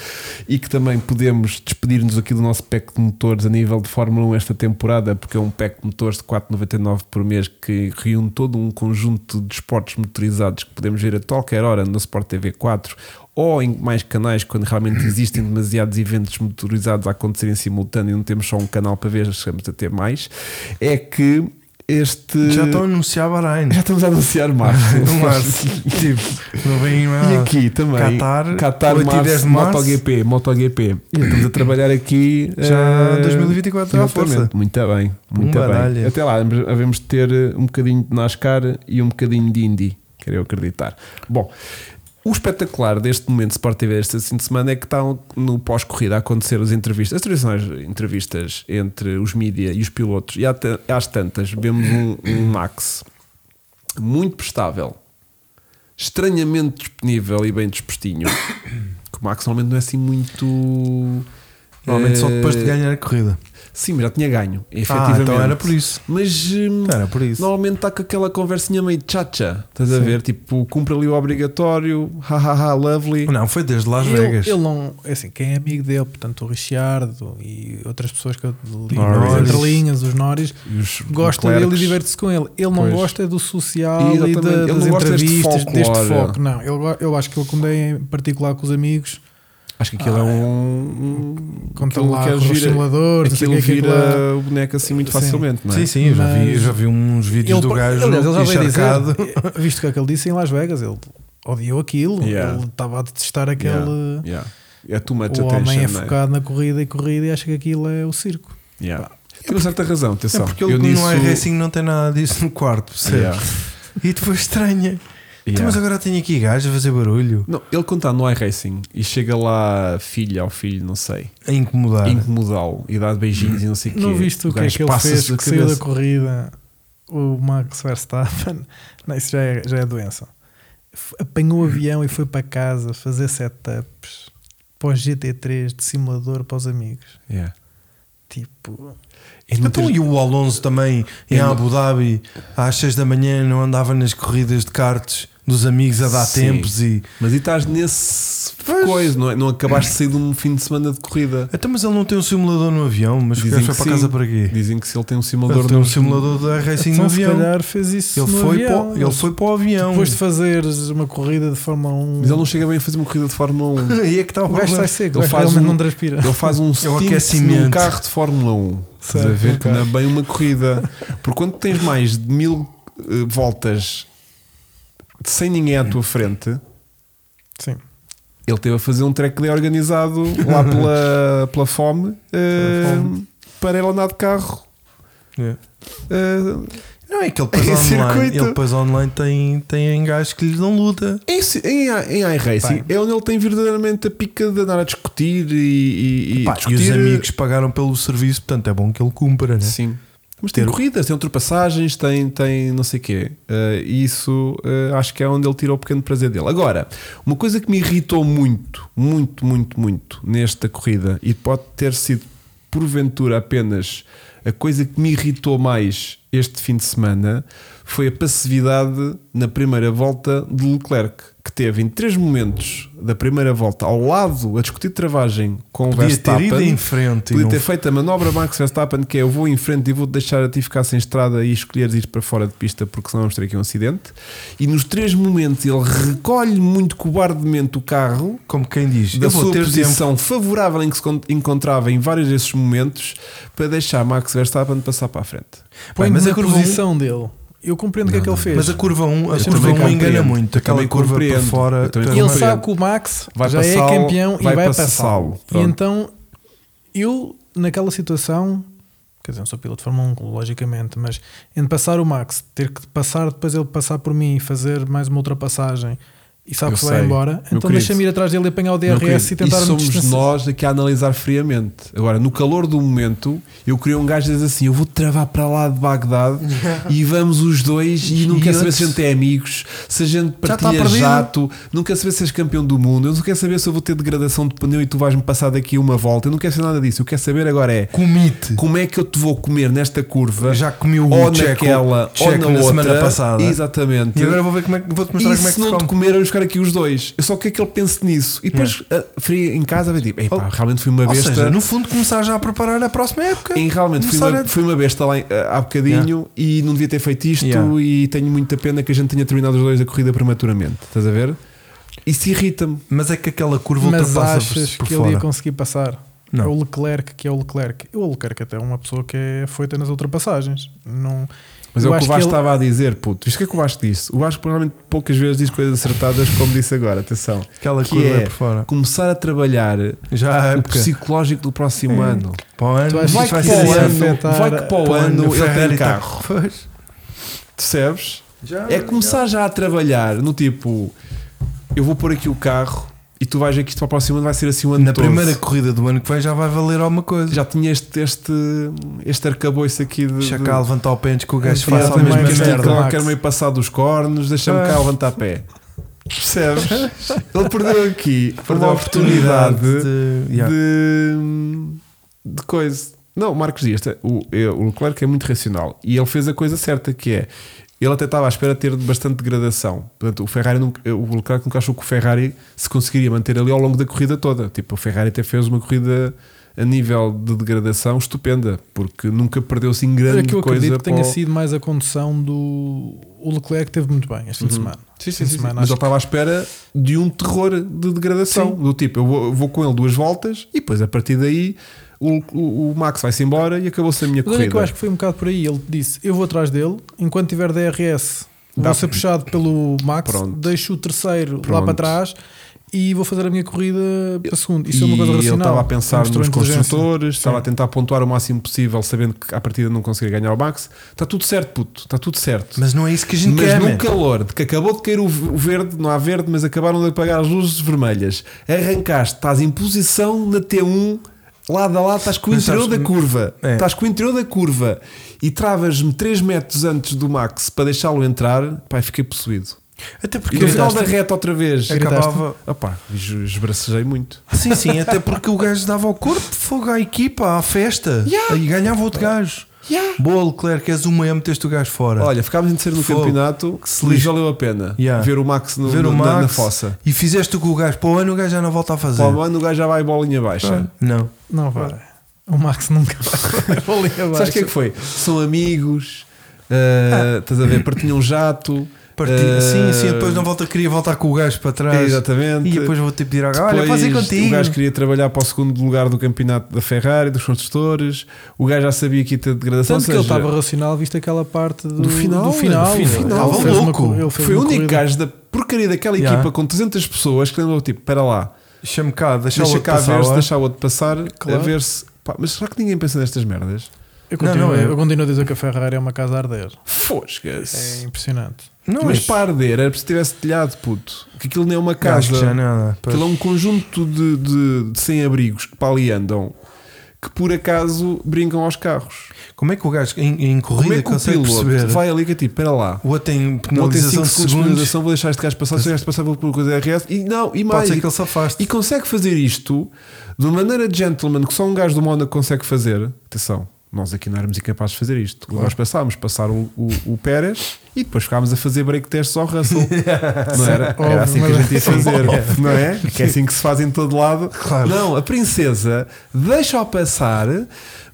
e que também podemos despedir-nos aqui do nosso pack de motores a nível de Fórmula 1 esta temporada, porque é um pack de motores de 4,99 por mês que reúne todo um conjunto de esportes motorizados que podemos ver a qualquer hora no Sport TV 4 ou em mais canais quando realmente existem demasiados eventos motorizados a acontecer em simultâneo e não temos só um canal para ver, chegamos a ter mais, é que este... Já estão a anunciar Bahrein. Eh, Já estamos a anunciar março. No março. tipo, não vem nada. E aqui também. Qatar, Qatar 8 e 10 março, de março. MotoGP, MotoGP. E estamos a trabalhar aqui. Já eh, 2024 à força. exatamente. Muito bem, muito bem. baralho. Até lá, havemos de ter eh, um bocadinho de NASCAR e um bocadinho de Indy, quero eu acreditar. Bom. O espetacular deste momento de Sport TV este fim de semana é que estão no pós-corrida a acontecer as entrevistas, as tradicionais entrevistas entre os mídia e os pilotos. E há ta- às tantas, vemos um- um Max muito prestável, estranhamente disponível e bem dispostinho. que o Max normalmente não é assim muito. Normalmente só eh, depois de ganhar a corrida. Sim, mas já tinha ganho, Ah, efetivamente. então era por isso. Tá. Mas hum, Então Era por isso. normalmente está com aquela conversinha meio chacha, estás a Sim. ver? Tipo, cumpre ali o obrigatório, hahaha, lovely. Não, foi desde Las Ele- Vegas. Ele, não. É assim, quem é amigo dele, portanto, o Richardo e outras pessoas que eu li Norris. entre linhas, os Norris, E os gosta Leclercs- dele e diverte-se com ele. Ele não Pois. gosta do social Exatamente. e da- Ele não das gosta deste entrevistas, deste, folclore. foco. Não, ele go- eu acho que ele, como é em particular com os amigos, Acho que Ah, aquilo é um. conta aquilo lá que os vira, simuladores, aquilo não sei o que é aquilo lá. vira o boneco assim muito Sim. facilmente, não é? Sim, sim, eu já, vi, Mas- eu já vi uns vídeos do pro- gajo aliás, ele já veio encharcado. dizer, visto o que é que ele disse em Las Vegas, ele odiou aquilo, Yeah. ele estava a detestar aquele. Yeah, yeah. É too much O attention. homem é não é? né? focado na corrida e corrida e acha que aquilo é o circo. Yeah. Tem uma certa razão, É atenção. porque ele eu que nisso... não é racing, não tem nada disso no quarto, percebes? Yeah. E depois estranha. Então, Yeah. Mas agora tenho aqui gajo a fazer barulho, Não, ele quando está no iRacing e chega lá a filha ou filho, não sei, a incomodar. incomodá-lo e dá beijinhos e não sei o quê. Não viste o que é gajo que ele passa-se fez da que saiu da cabeça. corrida? O Max Verstappen, não, isso já é, já é doença. F- Apanhou o avião e foi para casa fazer setups para o GT3 de simulador para os amigos. Yeah. Tipo, É muito- Então, e o Alonso também em Eu não- Abu Dhabi às 6 da manhã não andava nas corridas de kartes dos amigos a dar Sim. tempos e. Mas e estás nesse Pois. coisa, não, é? não acabaste de sair de um fim de semana de corrida. Até mas ele não tem um simulador no avião, mas o Dizem gajo que foi para sim. casa para É. quê? Dizem que se ele tem um Ele simulador tem um nos- simulador da racing no então, se avião. calhar fez isso. Ele no foi, avião. para, ele foi para o avião. Depois de fazeres uma corrida de Fórmula 1, Mas ele não chega bem a fazer uma corrida de Fórmula 1. Aí é que está o o gajo problema. sai seco, Ele o gajo faz realmente um- não transpira. Ele faz um stint aquecimento. num carro de Fórmula 1. Estás a É Certo, ver num que não é bem uma corrida. Porque quando tens mais de mil eh, voltas sem ninguém à tua frente, Sim. ele teve a fazer um track day organizado lá pela, pela fome eh, fome. para ele andar de carro. É. eh, Não é que ele Em depois online, circuito. ele depois online tem, tem gajos que lhe dão luta. em, si- em, em iRacing é onde ele tem verdadeiramente a pica de andar a discutir e, e- e Pá, e discutir. os amigos pagaram pelo serviço, portanto é bom que ele cumpra, né? Sim. Mas tem Ter- corridas, tem ultrapassagens, tem, tem não sei o quê. Eh, E isso eh, acho que é onde ele tirou o pequeno prazer dele. Agora, uma coisa que me irritou muito, muito, muito, muito nesta corrida, e pode ter sido porventura apenas a coisa que me irritou mais este fim de semana, foi a passividade na primeira volta de Leclerc, que teve em três momentos da primeira volta ao lado a discutir travagem com o Podia ter Verstappen. ido em frente. e Podia não ter feito a manobra Max Verstappen que é eu vou em frente e vou deixar a ti ficar sem estrada e escolheres ir para fora de pista porque senão vamos ter aqui um acidente. E nos três momentos ele recolhe muito cobardemente o carro Como quem diz, da eu vou sua ter tempo. posição favorável em que se con- encontrava em vários desses momentos para deixar Max Verstappen passar para a frente. Põe mas mas a a curva um- posição dele. Eu compreendo o que é que ele fez. Mas a curva 1, a Eu curva também 1 engana compreendo. muito. Eu Aquela também curva para compreendo. fora. Eu também tu- E ele compreendo. sabe que o Max Vai já é passá-lo, campeão vai e vai passá-lo. passá-lo. E Pronto. então eu, naquela situação, quer dizer, não sou piloto de Fórmula 1, logicamente, mas entre passar o Max, ter que passar, depois ele passar por mim e fazer mais uma ultrapassagem e sabe Eu que vai sei. embora, Meu então querido, deixa-me ir atrás dele e apanhar o Meu querido, DRS e tentar e me somos distanciar. nós aqui a analisar friamente. Agora, no calor do momento, eu queria um gajo que diz assim: eu vou travar para lá de Bagdade e vamos os dois e não E quero saber outros? se a gente é amigos, se a gente Já está partilha perdido. jato, não quero saber se és campeão do mundo, eu não quero saber se eu vou ter degradação de pneu e tu vais-me passar daqui uma volta, eu não quero saber nada disso. Eu quero saber agora é Comite. como é que eu te vou comer nesta curva. Já comi o ou checo, naquela, ou checo na, na outra, semana passada. Exatamente. E agora vou ver como é que vou-te mostrar E como é que se não se te come. comer, eu vou buscar aqui os dois. Eu só quero que ele pense nisso. E depois ah, fui em casa, vai tipo, "Ei, pá, realmente fui uma É. Oh, Ou besta. seja, no fundo começar já a preparar a próxima época. E realmente fui Começar uma, a- fui uma besta lá em- ah, há bocadinho e não devia ter feito isto. Yeah. E tenho muita pena que a gente tenha terminado os dois a corrida prematuramente. Estás a ver? Isso irrita-me. Mas é que aquela curva Mas ultrapassa achas por, por que ele fora. ia conseguir passar? É Não. o Leclerc que é o Leclerc. O Leclerc até é uma pessoa que é foita nas ultrapassagens. Não, Mas Eu é o que acho o que Vasco ele- estava a dizer, puto. Isto o que é que o Vasco disse? O Vasco provavelmente poucas vezes diz coisas acertadas, como disse agora. Atenção. Aquela que curva é- por fora. Começar a trabalhar Já a É. o época. psicológico do próximo ano. Para o ano, Tu achas isto Vai que, é Isto vai para ser o isso a ano, afetar- vai que para para o ano tá ele Ferrari tem está- carro. Pois. Percebes? É começar já a trabalhar no tipo, eu vou pôr aqui o carro e tu vais ver que isto para a próxima ano vai ser assim um ano Na todo. primeira corrida do ano que vem já vai valer alguma coisa. já tinha este, este, este arcabouço aqui de. Deixa cá levantar o pênis que o gajo de Exatamente, faça a mesma que este merda. carro- É merda. Max. Quero meio passar dos cornos, deixa-me Ah. cá levantar pé. Percebes? Ele perdeu aqui Perdeu uma oportunidade de, de- Yeah. de, coisa. Não, Marcos Dias, o, é- o Leclerc é muito racional e ele fez a coisa certa que é. Ele até estava à espera de ter bastante degradação. Portanto, o, Ferrari nunca, o Leclerc nunca achou que o Ferrari se conseguiria manter ali ao longo da corrida toda. Tipo, o Ferrari até fez uma corrida a nível de degradação estupenda, porque nunca perdeu assim Olha grande que eu coisa. acredito que tenha para o- sido mais a condução do. O Leclerc teve muito bem este fim de semana. Sim, Fim de semana, Uhum. Mas acho ele estava à espera de um terror de degradação. Do tipo, eu vou, eu vou com ele duas voltas e depois a partir daí o, o- o Max vai-se embora e acabou-se a minha Mas corrida. olha que eu acho que foi um bocado por aí. Ele disse: Eu vou atrás dele, enquanto tiver DRS, Dá- vou ser puxado pelo Max, Pronto. deixo o terceiro lá Pronto. para trás e vou fazer a minha corrida para segundo. Isso e é uma coisa ele racional. É um estava a pensar Mostrou nos inteligência. construtores, estava Sim. a tentar pontuar o máximo possível, sabendo que à partida não conseguia ganhar o Max. Está tudo certo, puto, está tudo certo. Mas não é isso que a gente Mas quer. num man. calor de que acabou de cair o v- o verde, não há verde, mas acabaram de apagar as luzes vermelhas. Arrancaste, estás em posição na T1, lado a lado, estás com o Mas interior sabes- da curva. É. Estás com o interior da curva e travas-me 3 metros antes do Max para deixá-lo entrar. Pai, fiquei possuído. Até E porque no final gritaste- da reta, outra vez, Gritaste? acabava. Opá, es- esbracejei muito. Sim, sim, até porque o gajo dava ao corpo, fogo à equipa, à festa. Yeah. E ganhava outro gajo. Boa, Leclerc, és uma é meteste o gajo fora. Olha, ficámos em terceiro no Fogo. campeonato, que se lixo. lixo valeu a pena Yeah. ver o Max, no, Ver no- o na- na Max. fossa. E fizeste o que o gajo para o ano, o gajo já não volta a fazer. Para o ano, o gajo já vai bolinha baixa. Não. Não vai. O Max nunca vai. Vou ali abaixo. Sabes o que é que foi? São amigos, uh, estás a ver? Partilham um jato. Ah. Parti... uh, Sim, sim, depois não volta, queria voltar com o gajo para trás. Exatamente. E depois vou ter que pedir agora. Depois, Olha, fazer O contigo. gajo queria trabalhar para o segundo lugar do campeonato da Ferrari, dos construtores. O gajo já sabia que ia ter degradação. Tanto que ou ele seja, estava racional, visto aquela parte do, Do final, Do final, do final. Estava Ele fez uma louco. cor- ele fez foi o uma único corrida. gajo da porcaria daquela Yeah. equipa com 300 pessoas que lembrou tipo: para lá, Deixa-me cá, deixa, deixa deixa cá passar, ver se lá. deixar o outro passar, Claro. a ver se. Pá, mas será que ninguém pensa nestas merdas? Eu Não, continuo, não, é- eu continuo a dizer que a Ferrari é uma casa a arder. Fosca-se. É impressionante. Não, mas mas para arder, era preciso tivesse telhado, puto. Que aquilo nem é uma gajo casa. que já nada. Pois. Aquilo é um conjunto de, de- de sem-abrigos que para ali andam que por acaso brincam aos carros. Como é que o gajo em, em Como corrida é que o consegue piloto perceber? vai ali que é tipo, espera lá, O outro tem vou ter 5 penalização de segundos de segundos. penalização, vou deixar este gajo passar, se o gajo passar vou pôr o coisa RS e não, e Pode mais. ser que ele se afaste. E consegue fazer isto de uma maneira gentleman que só um gajo do Mónaco consegue fazer. Atenção, nós aqui não éramos incapazes de fazer isto. Nós passámos, passar o, o, o Pérez e depois ficámos a fazer break tests ao Russell. não era? Era assim que a gente ia fazer, não é? Que é assim que se faz em todo lado. Claro. Não, a princesa deixa-o passar,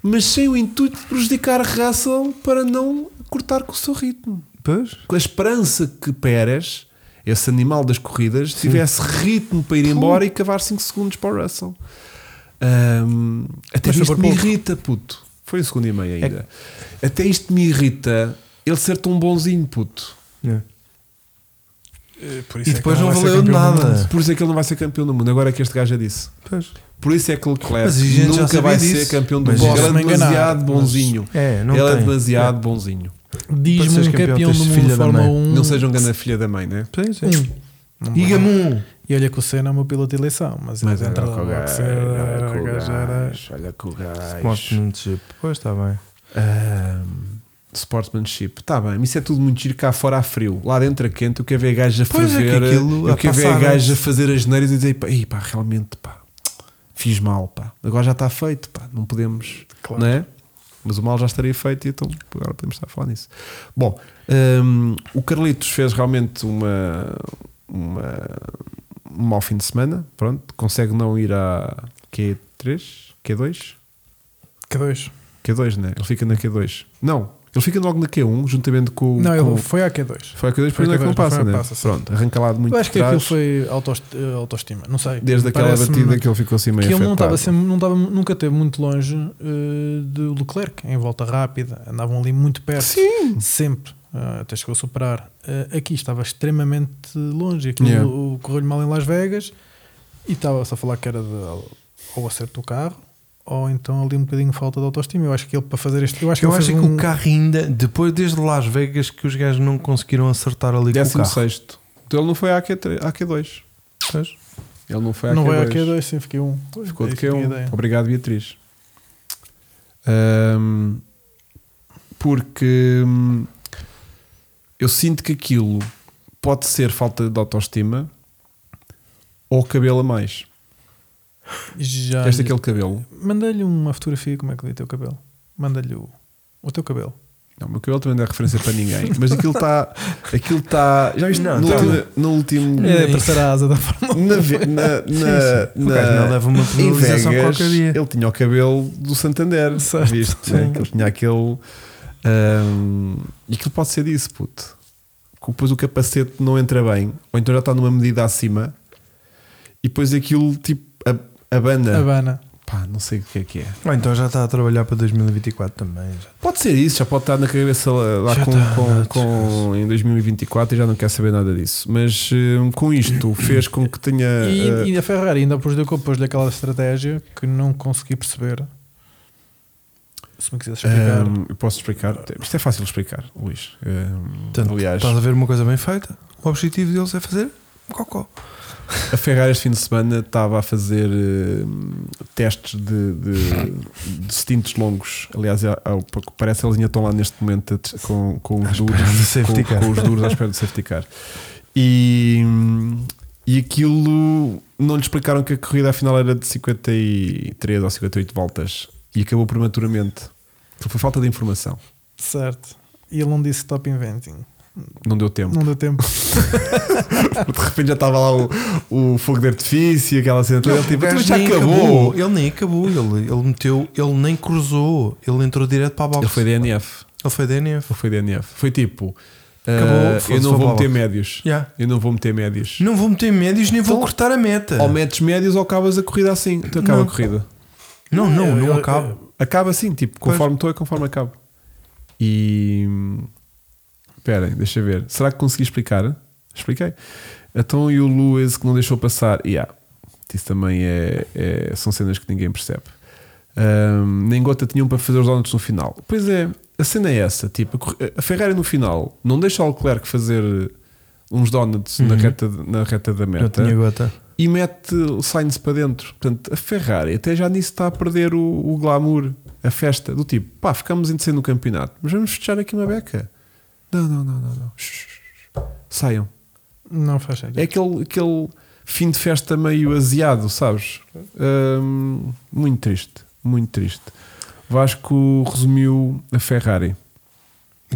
mas sem o intuito de prejudicar Russell para não cortar com o seu ritmo Pois? com a esperança que Pérez, esse animal das corridas, tivesse ritmo para ir embora e cavar 5 segundos para o Russell. Ahm, até Mas foi isto por me pouco. irrita, puto. Foi um segundo e meio ainda. Até isto me irrita ele ser tão bonzinho, puto. É, E depois não valeu de nada. Por isso é que ele não vai ser campeão do mundo. Agora é que este gajo já disse. Pois. Por isso é que Mas a Leclerc gente já nunca sabia vai disso. ser campeão do Mas mundo. posso Ele é me enganar, demasiado mas- bonzinho. É, não Ele é tem. demasiado bonzinho. um Para Diz-me seres um campeão, campeão tens do de mundo filha da de Fórmula mãe. 1. Não seja um grande filha da mãe, né? Pois é. Um. Não vou- Igamon! E olha que o Senna é o meu piloto de eleição, mas, Mas ele era entra com o logo gajo, cedo, era era com o gajo, era- gajo, olha com o Mostra gajo. muito chip. Pois está bem. Ahm, Sportsmanship, está bem, mas isso é tudo muito giro cá fora a frio. Lá dentro a quente, eu quero ver gajos a Pois é, que ferver, aquilo, eu a quero ver passar- gajos a fazer as neiras e dizer, pá, "Ei, pá, realmente, pá, fiz mal, pá, agora já está feito, pá, não podemos, Claro. não é? Mas o mal já estaria feito e então agora podemos estar a falar nisso. Bom, hum, o Carlitos fez realmente uma, uma um mau fim de semana, pronto, consegue não ir à Q3, Q2, Que dois. Q2, né? Ele fica na Q2. Não, ele fica logo na Q1, juntamente com o. Não, com... ele foi à Q2. Foi a Q2, foi porque não é que Q2, não passa, foi né? a passa, sim. Pronto, arranca lá de muito Eu acho que trás, aquilo foi autoest- eh, autoestima, não sei. Desde aquela Parece-me batida que ele ficou assim meio que ele não afetado. estava sempre- não estava- nunca esteve muito longe eh, do Leclerc, em volta rápida, andavam ali muito perto, Sim! sempre, eh, até chegou a superar. Eh, aqui estava extremamente longe, aquilo Yeah. o- correu-lhe mal em Las Vegas e estava-se a falar que era de, ou acerto do carro ou então ali um bocadinho falta de autoestima. Eu acho que ele para fazer este. Eu acho que, Eu ele acho fez que um- o carro ainda, depois desde Las Vegas, que os gajos não conseguiram acertar ali com o carro. 16. Então ele não foi à Q3, à Q2. Pois. Ele não foi à Não Q2. vai à Q2, sim, fiquei um. Ficou de É isso a minha Q1. ideia. Obrigado, Beatriz. Ahm, porque hum, eu sinto que aquilo pode ser falta de autoestima ou cabelo a mais. Já Este lhe- é aquele cabelo. Manda-lhe uma fotografia, como é que lhe o teu cabelo? Manda-lhe o, o teu cabelo. Não, o meu cabelo também não é referência para ninguém, mas aquilo está. Aquilo está. Já viste? Não, no, tá- ulti- no último. É, aparecerá a asa da Na, ve- na, na, O gajo na- não leva uma Em penalização Vegas, qualquer dia. ele tinha o cabelo do Santander, Certo. viste? né? Sim. Que ele tinha aquele. hum, e aquilo pode ser disso, puto. Que depois o capacete não entra bem, ou então já está numa medida acima, e depois aquilo tipo a, abana. Habana. Pá, não sei o que é que é. Ou então já está a trabalhar para 2024 também. já. Pode ser isso, já pode estar na cabeça lá Já com, está, com- já com- em 2024 e já não quer saber nada disso. Mas hum, com isto fez com que tenha. ah, E, e a Ferrari ainda prejudicou depois daquela estratégia que não consegui perceber. Se me quiseres explicar. Ahm, eu posso explicar? Isto é fácil de explicar, Luís. Ahm, Portanto, aliás, Estás a ver uma coisa bem feita? O objetivo deles é fazer cocó. a Ferrari este fim de semana estava a fazer ahm, testes de, de, de stints longos. Aliás, é- é o- parece que eles ainda estão lá neste momento a tes- com, com os duros, do safety com, car. com os duros à espera de safety car. E, hum, e aquilo não lhe explicaram que a corrida afinal era de 53 ou 58 voltas e acabou prematuramente. Aquilo Foi falta de informação, Certo. E ele não disse stop inventing. não deu tempo. Não deu tempo. De repente já estava lá o, o fogo de artifício, e aquela cena toda. Ele tipo, O gajo "Então, já nem acabou. Ele nem acabou. Ele, ele meteu, ele nem cruzou. Ele entrou direto para a box. Ele foi DNF. Ele foi DNF. Ele foi DNF. Foi tipo, Acabou, ah, eu foda-se, não vou foi para meter lá. médios. Yeah. Eu não vou meter médios. Não vou meter médios nem vou Então, cortar a meta. Ou metes médios ou acabas a corrida assim. Então acaba Não. a corrida. Não, não, Eu- não eu- acaba. Acaba assim, tipo, Pois. conforme estou é conforme acabo. E. Esperem, deixa eu ver. Será que consegui explicar? Expliquei. Então, e o Lewis que não deixou passar? Yeah. Isso também é, é- São cenas que ninguém percebe. Ahm, nem gota tinham para fazer os donuts no final. Pois é, a cena é essa. Tipo, a corre- a Ferrari no final não deixa o Leclerc fazer uns donuts na, Uhum. reta, de- na reta da Não meta tinha gota. e mete o Sainz para dentro. Portanto, a Ferrari até já nisso está a perder o, o glamour, a festa, do tipo, pá, ficamos em terceiro no campeonato, mas vamos fechar aqui uma beca. Não, não, não, não, não. Shh, shh, shh. Saiam. Não faz sentido. É aquele, aquele fim de festa meio aziado, sabes? Hum, muito triste, muito triste. Vasco resumiu a Ferrari.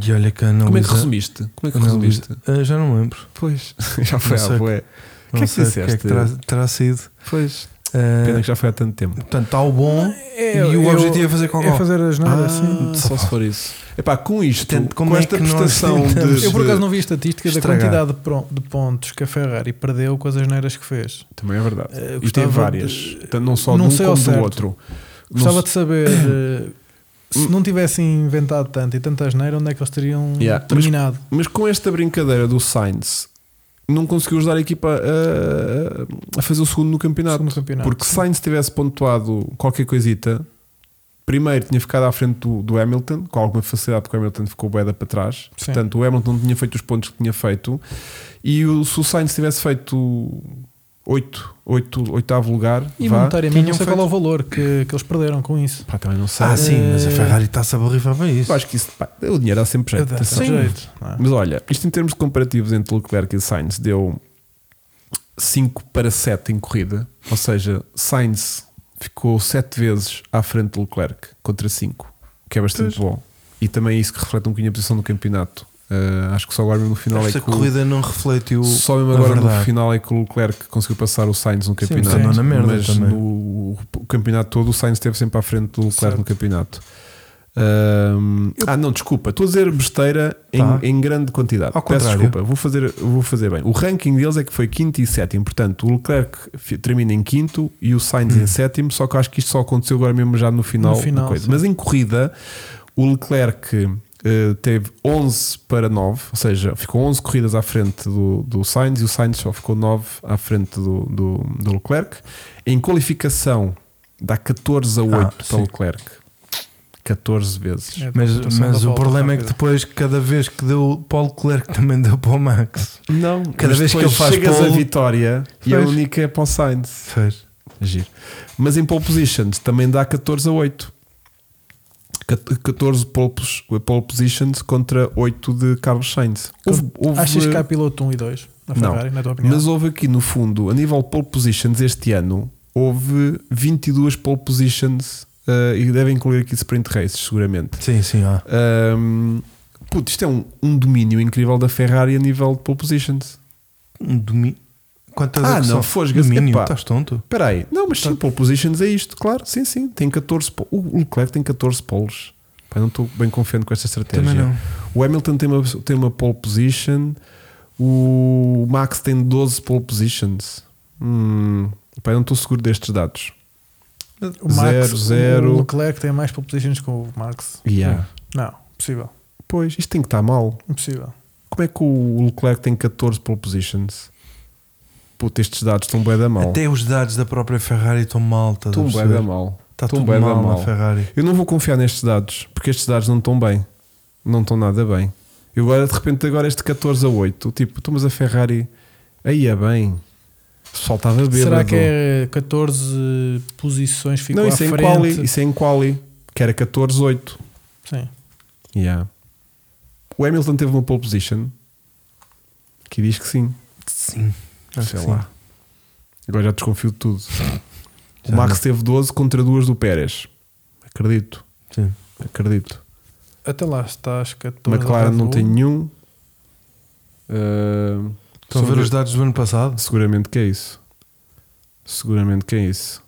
E olha que a Ana Como é que Luísa- resumiste? Como é que Ana Luísa- resumiste? Ah, já não lembro. Pois, já foi Não sei. à bué. Não que é que sei o que é disseste? que terá, terá sido. Pois, Ah, pena que já foi há tanto tempo. portanto, está o bom. É- e o eu- objetivo é fazer cocó. É fazer as nada assim. Só se for isso. Epá, com isto, Portanto, como com é esta que nós prestação tentamos- de, Eu por acaso de- não vi estatísticas da Estragar. quantidade de, pro- de pontos que a Ferrari perdeu com as asneiras que fez. Também é verdade. Eh, e gostava tem de- várias. Portanto, não só Não de um sei como ao do certo. outro. Não Gostava se- de saber eh, se não tivessem inventado tanto e tanta asneira, onde é que eles teriam Yeah, mas- terminado? Mas com esta brincadeira do Sainz, não conseguiu ajudar a equipa a, a fazer o segundo no campeonato. Segundo campeonato. Porque se Sainz tivesse pontuado qualquer coisita, primeiro tinha ficado à frente do, do Hamilton, com alguma facilidade, porque o Hamilton ficou boeda para trás. Sim. Portanto, o Hamilton não tinha feito os pontos que tinha feito. E o, se o Sainz tivesse feito 8, 8, oitavo lugar, E vá. monetariamente não Tinham sei feito- qual é o valor que, que eles perderam com isso. Pá, também não sei. Ah, sim, mas a Eh, Ferrari está-se a borrifar para isso. Eu acho que isso, pá, o dinheiro dá sempre jeito. É Dá atenção. jeito, não é? Mas olha, isto em termos de comparativos entre Leclerc e Sainz deu 5 para 7 em corrida, ou seja, Sainz ficou 7 vezes à frente de Leclerc contra 5, o que é bastante bom. E também é isso que reflete um bocadinho a posição do campeonato. Ah, acho que só agora mesmo no final Esta é que o- corrida não refletiu. só mesmo na agora no verdade. final é que o Leclerc conseguiu passar o Sainz no Sim, campeonato. mas andou na merda mas também. no o campeonato todo o Sainz esteve sempre à frente do Leclerc Certo. no campeonato. Ahm, Ah, não, desculpa, estou a dizer besteira em- Tá. em, grande quantidade. Ao Peço contrário. desculpa, vou fazer, vou fazer bem. O ranking deles é que foi quinto e sétimo. Portanto, o Leclerc fi- termina em quinto e o Sainz em sétimo. Só que eu acho que isto só aconteceu agora mesmo já no final. No final, da coisa. sim. Mas em corrida, o Leclerc eh, teve 11 para 9, ou seja, ficou 11 corridas à frente do, do Sainz e o Sainz só ficou 9 à frente do, do, do Leclerc. Em qualificação, dá 14 a 8 Ah, para sim. o Leclerc. 14 vezes. É a Mas, pontuação da mas o volta problema é que rápida. depois, cada vez que deu para o Leclerc, também deu para o Max. Não, Cada mas vez que depois ele faz chegas pole- a vitória e a Pois. única é para o Sainz. Fez. É Giro. Mas em pole positions também dá 14 a 8. Cat- 14 pole, pos- pole positions contra 8 de Carlos Sainz. Houve- houve- Achas que há piloto 1 e 2 na Não. Ferrari, na tua opinião? Mas houve aqui no fundo, a nível de pole positions este ano, houve 22 pole positions eh, e devem incluir aqui sprint races, seguramente. Sim, sim, ah. Ahm, puto, isto é um, um domínio incrível da Ferrari a nível de pole positions. Um domi... Quantas Ah, é que não, são? fosgas, Domínio, epá. estás tonto. Espera aí, não, mas sim, pole positions é isto, claro, sim, sim, tem 14 po- O Leclerc tem 14 poles. Pá, não estou bem confiante com esta estratégia. Também não. O Hamilton tem uma, tem uma pole position. O Max tem 12 pole positions. Hum, pá, eu não estou seguro destes dados. o Max, zero, zero. o Leclerc tem mais pole positions que o Max. Yeah. Não, impossível. Hum, Pois, isto tem que estar mal. Impossível. Como é que o Leclerc tem 14 pole positions? Puta, estes dados estão bué da mal. Até os dados da própria Ferrari estão mal. Estás a Estão bué perceber? da mal. Está Estão tudo bué da mal mal. na Ferrari. Eu não vou confiar nestes dados, porque estes dados não estão bem. Não estão nada bem. E agora, de repente, agora este 14 a 8. Tipo, tomas a Ferrari. Aí é bem. Soltava bêbado. Será que é 14 posições ficou Não, à isso é, em frente? quali, isso é em quali, que era 14-8. Sim. Yeah. O Hamilton teve uma pole position que diz que sim. Sim. acho sei que lá. Agora já desconfio de tudo. O Já Max teve 12 contra duas do Pérez. Acredito, Sim. Sim. acredito. Até lá estás 14. McLaren Red não Bull. tem nenhum. Ah, Estão a ver os dados do ano passado? Seguramente que é isso. Seguramente que é isso.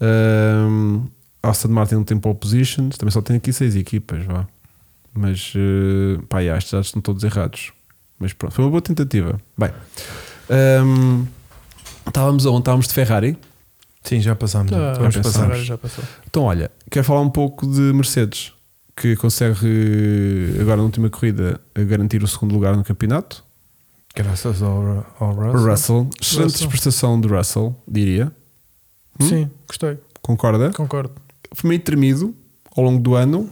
Ahm, Aston Martin não tem pole positions, também só tem aqui seis equipas, vá. Mas eh, pá, yeah, estes dados estão todos errados. Mas pronto, foi uma boa tentativa. Bem, ahm, estávamos aonde? Estávamos de Ferrari. Sim, já passámos. Tá, Já já passámos. agora já passou. Então, olha, quero falar um pouco de Mercedes, que consegue eh, agora na última corrida eh, garantir o segundo lugar no campeonato. Graças ao, Ru- ao Russell. Russell, excelente é. Russell. prestação de Russell, diria. Hum? Sim, gostei. Concorda? Concordo. foi meio tremido ao longo do ano,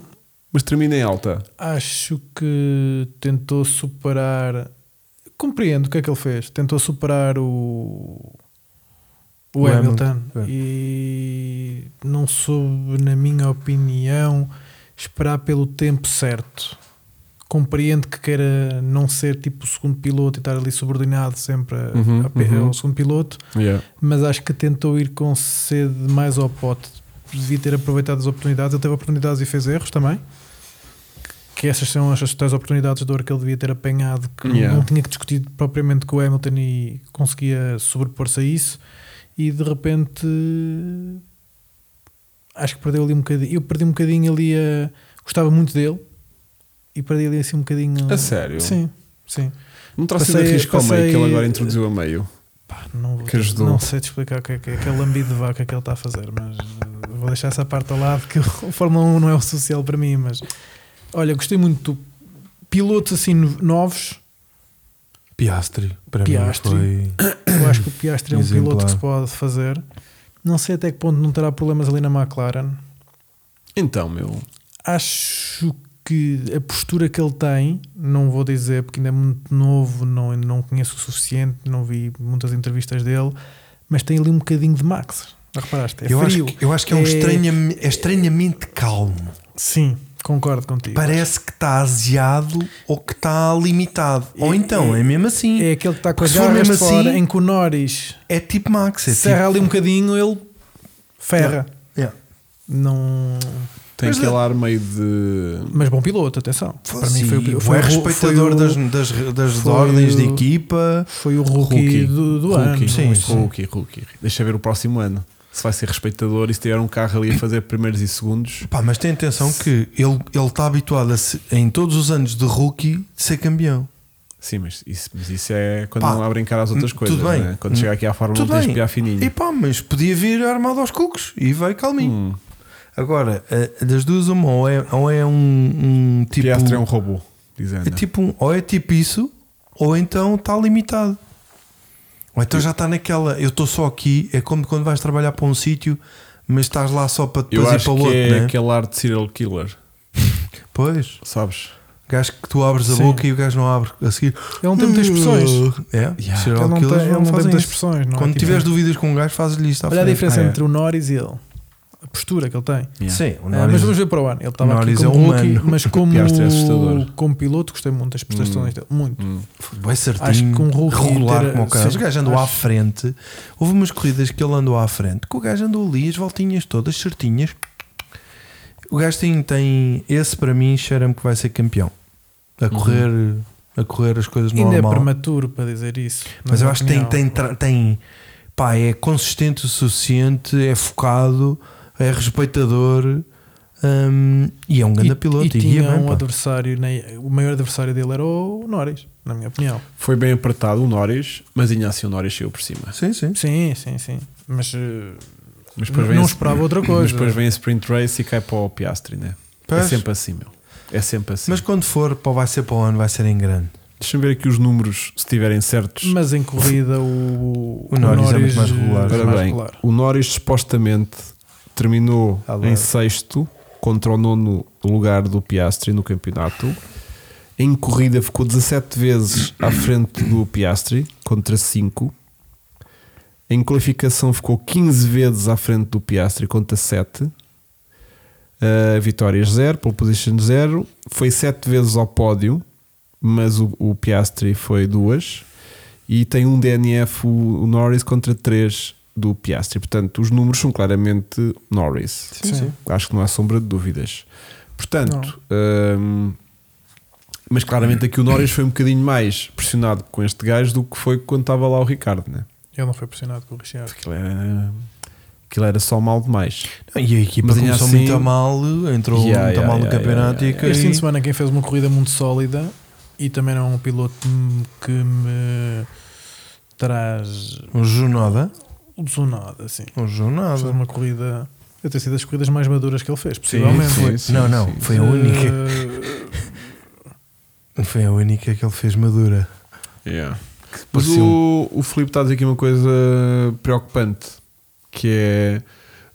mas termina em alta. Acho que tentou superar. Compreendo o que é que ele fez. Tentou superar o. O, O Hamilton. Hamilton, é. E não soube, na minha opinião, esperar pelo tempo certo. Compreendo que queira não ser tipo o segundo piloto e estar ali subordinado sempre a- Uhum, a pe- uhum. ao segundo piloto, mas acho que tentou ir com sede mais ao pote. Devia ter aproveitado as oportunidades. Ele teve oportunidades e fez erros também. Que essas são as tais oportunidades de ouro que ele devia ter apanhado, que Yeah. não tinha que discutir propriamente com o Hamilton e conseguia sobrepor-se a isso. E de repente acho que perdeu ali um bocadinho. Eu perdi um bocadinho ali a. Gostava muito dele e perdi ali assim um bocadinho. A sério? Sim, sim. Não terá sido a Passei- risco ao meio que passei- ele agora introduziu a meio. Pá, não, vou- Que ajudou. não sei te explicar o que é, que é aquele lambido de vaca que ele está a fazer, mas eh, vou deixar essa parte ao lado que o Fórmula 1 não é o social para mim, mas olha, gostei muito do- pilotos assim no- novos. Piastri. Para Piastri. mim foi. Eu acho que o Piastri é um Exemplar. piloto que se pode fazer. Não sei até que ponto não terá problemas ali na McLaren. Então, meu. Acho que a postura que ele tem, não vou dizer porque ainda é muito novo, não, não conheço o suficiente, não vi muitas entrevistas dele, mas tem ali um bocadinho de Max. Já reparaste? É eu, acho frio. que, eu acho que é, um É- estranham- é estranhamente calmo. Sim, concordo contigo. Parece que está aziado ou que está limitado. ou É- então, é, é- mesmo assim. É É, aquele que está com as Se for garras mesmo de fora, assim- em que o Norris tipo Max. É serra ali um bocadinho, ele ferra. tipo, yeah. Não. Tem Mas é. aquele ar meio de. Mas bom piloto, atenção. Para mim foi o pi- foi foi o- respeitador foi o- das, das, das foi ordens de o- equipa. Foi o rookie, do, do ano. Sim, Sim, sim. sim. Rookie, rookie. Deixa ver o próximo ano. Se vai ser respeitador e se tiver um carro ali a fazer primeiros e segundos. Pá, mas tem atenção que ele ele está habituado a se- em todos os anos de rookie ser campeão. Sim, mas isso, mas isso é quando Pá, não há a brincar às outras tudo coisas. bem. né? Quando chega aqui à Fórmula Tudo 1 tens de bem. piar fininho. E tipo, pá, mas podia vir armado aos cucos e vai calminho. Hum, Agora, a- das duas, uma, ou é, ou é um, um tipo. Piastre é um robô, diz a Ana. é tipo um- ou é tipo isso, ou então está limitado. Ou então já está naquela. Eu estou só aqui, é como quando vais trabalhar para um sítio, mas estás lá só para Eu depois ir acho para o que outro, é né? aquele ar de serial killer, Pois, sabes? gajo que tu abres a é- Sim. boca e o gajo não abre a seguir. Hum. Ele não tem muitas expressões. É, Yeah. serial Ele não tem, killers ele não não tem fazem muitas isso. expressões. Não é? Quando Tipo, tiveres dúvidas com um gajo, fazes-lhe isto à Olha a frente. diferença Ah, é. entre o Norris e ele. A postura que ele tem. Sim, o Ah, mas nariz- vamos ver para o ano. Ele estava aqui Norris como é um rookie, humano. mas como, Piastre é assustador. como piloto gostei muito das prestações dele. Muito. Hum. Vai certinho, Acho que um rookie regular ter- como o cara. sim, Os gajos andam à acho- frente. Houve umas corridas que ele andou à frente, que o gajo andou ali, as voltinhas todas certinhas. O gajo tem, tem esse para mim, cheira-me que vai ser campeão. A correr, a correr as coisas Ainda é normal. prematuro para dizer isso. na mas eu minha acho que tem, tem, opinião. tra- tem pá, é consistente o suficiente, é focado, é respeitador. hum, e é um grande piloto. E, E, tinha ia bem, um pá. adversário, na- o maior adversário dele era o Norris, na minha opinião. Foi bem apertado o Norris, mas Inácio Norris saiu por cima. Sim, sim. Sim, sim, sim. Mas eh, Mas não, vem não a- esperava outra Mas coisa. depois vem a sprint race e cai para o Piastri, né? Pois. É sempre assim, meu. É sempre assim. Mas quando for, pá, vai ser para o ano, vai ser em grande. Deixa-me ver aqui os números, se estiverem certos. Mas em corrida o, O Norris é muito mais regular. é Ora mais bem, regular. o Norris supostamente terminou Alô. em sexto contra o nono lugar do Piastri no campeonato. Em corrida ficou 17 vezes à frente do Piastri contra 5. Em qualificação ficou 15 vezes à frente do Piastri contra 7. Uh, vitórias 0, pole position 0. Foi 7 vezes ao pódio, mas o, o Piastri foi 2. E tem um DNF, o, o Norris, contra 3 do Piastri. Portanto, os números são claramente Norris. Sim. Acho que não há sombra de dúvidas. Portanto, hum, mas claramente aqui o Norris foi um bocadinho mais pressionado com este gajo do que foi quando estava lá o Ricardo, né? Ele não foi pressionado com o Richard. Aquilo era, aquilo era só mal demais. E a equipa Mas ainda começou assim- muito a mal, entrou Yeah, muito a yeah, mal no yeah, campeonato yeah, e yeah, que Este fim de semana quem fez uma corrida muito sólida e também não é um piloto hum, que me traz um jornada, o Tsunoda, assim. um Fez jornada. uma corrida. Eu tenho sido das corridas mais maduras que ele fez, possivelmente. sim, foi. sim, não, não, sim. foi a única, Eh, foi a única que ele fez madura. Mas Parecia o, um- o Filipe está a dizer aqui uma coisa preocupante: que é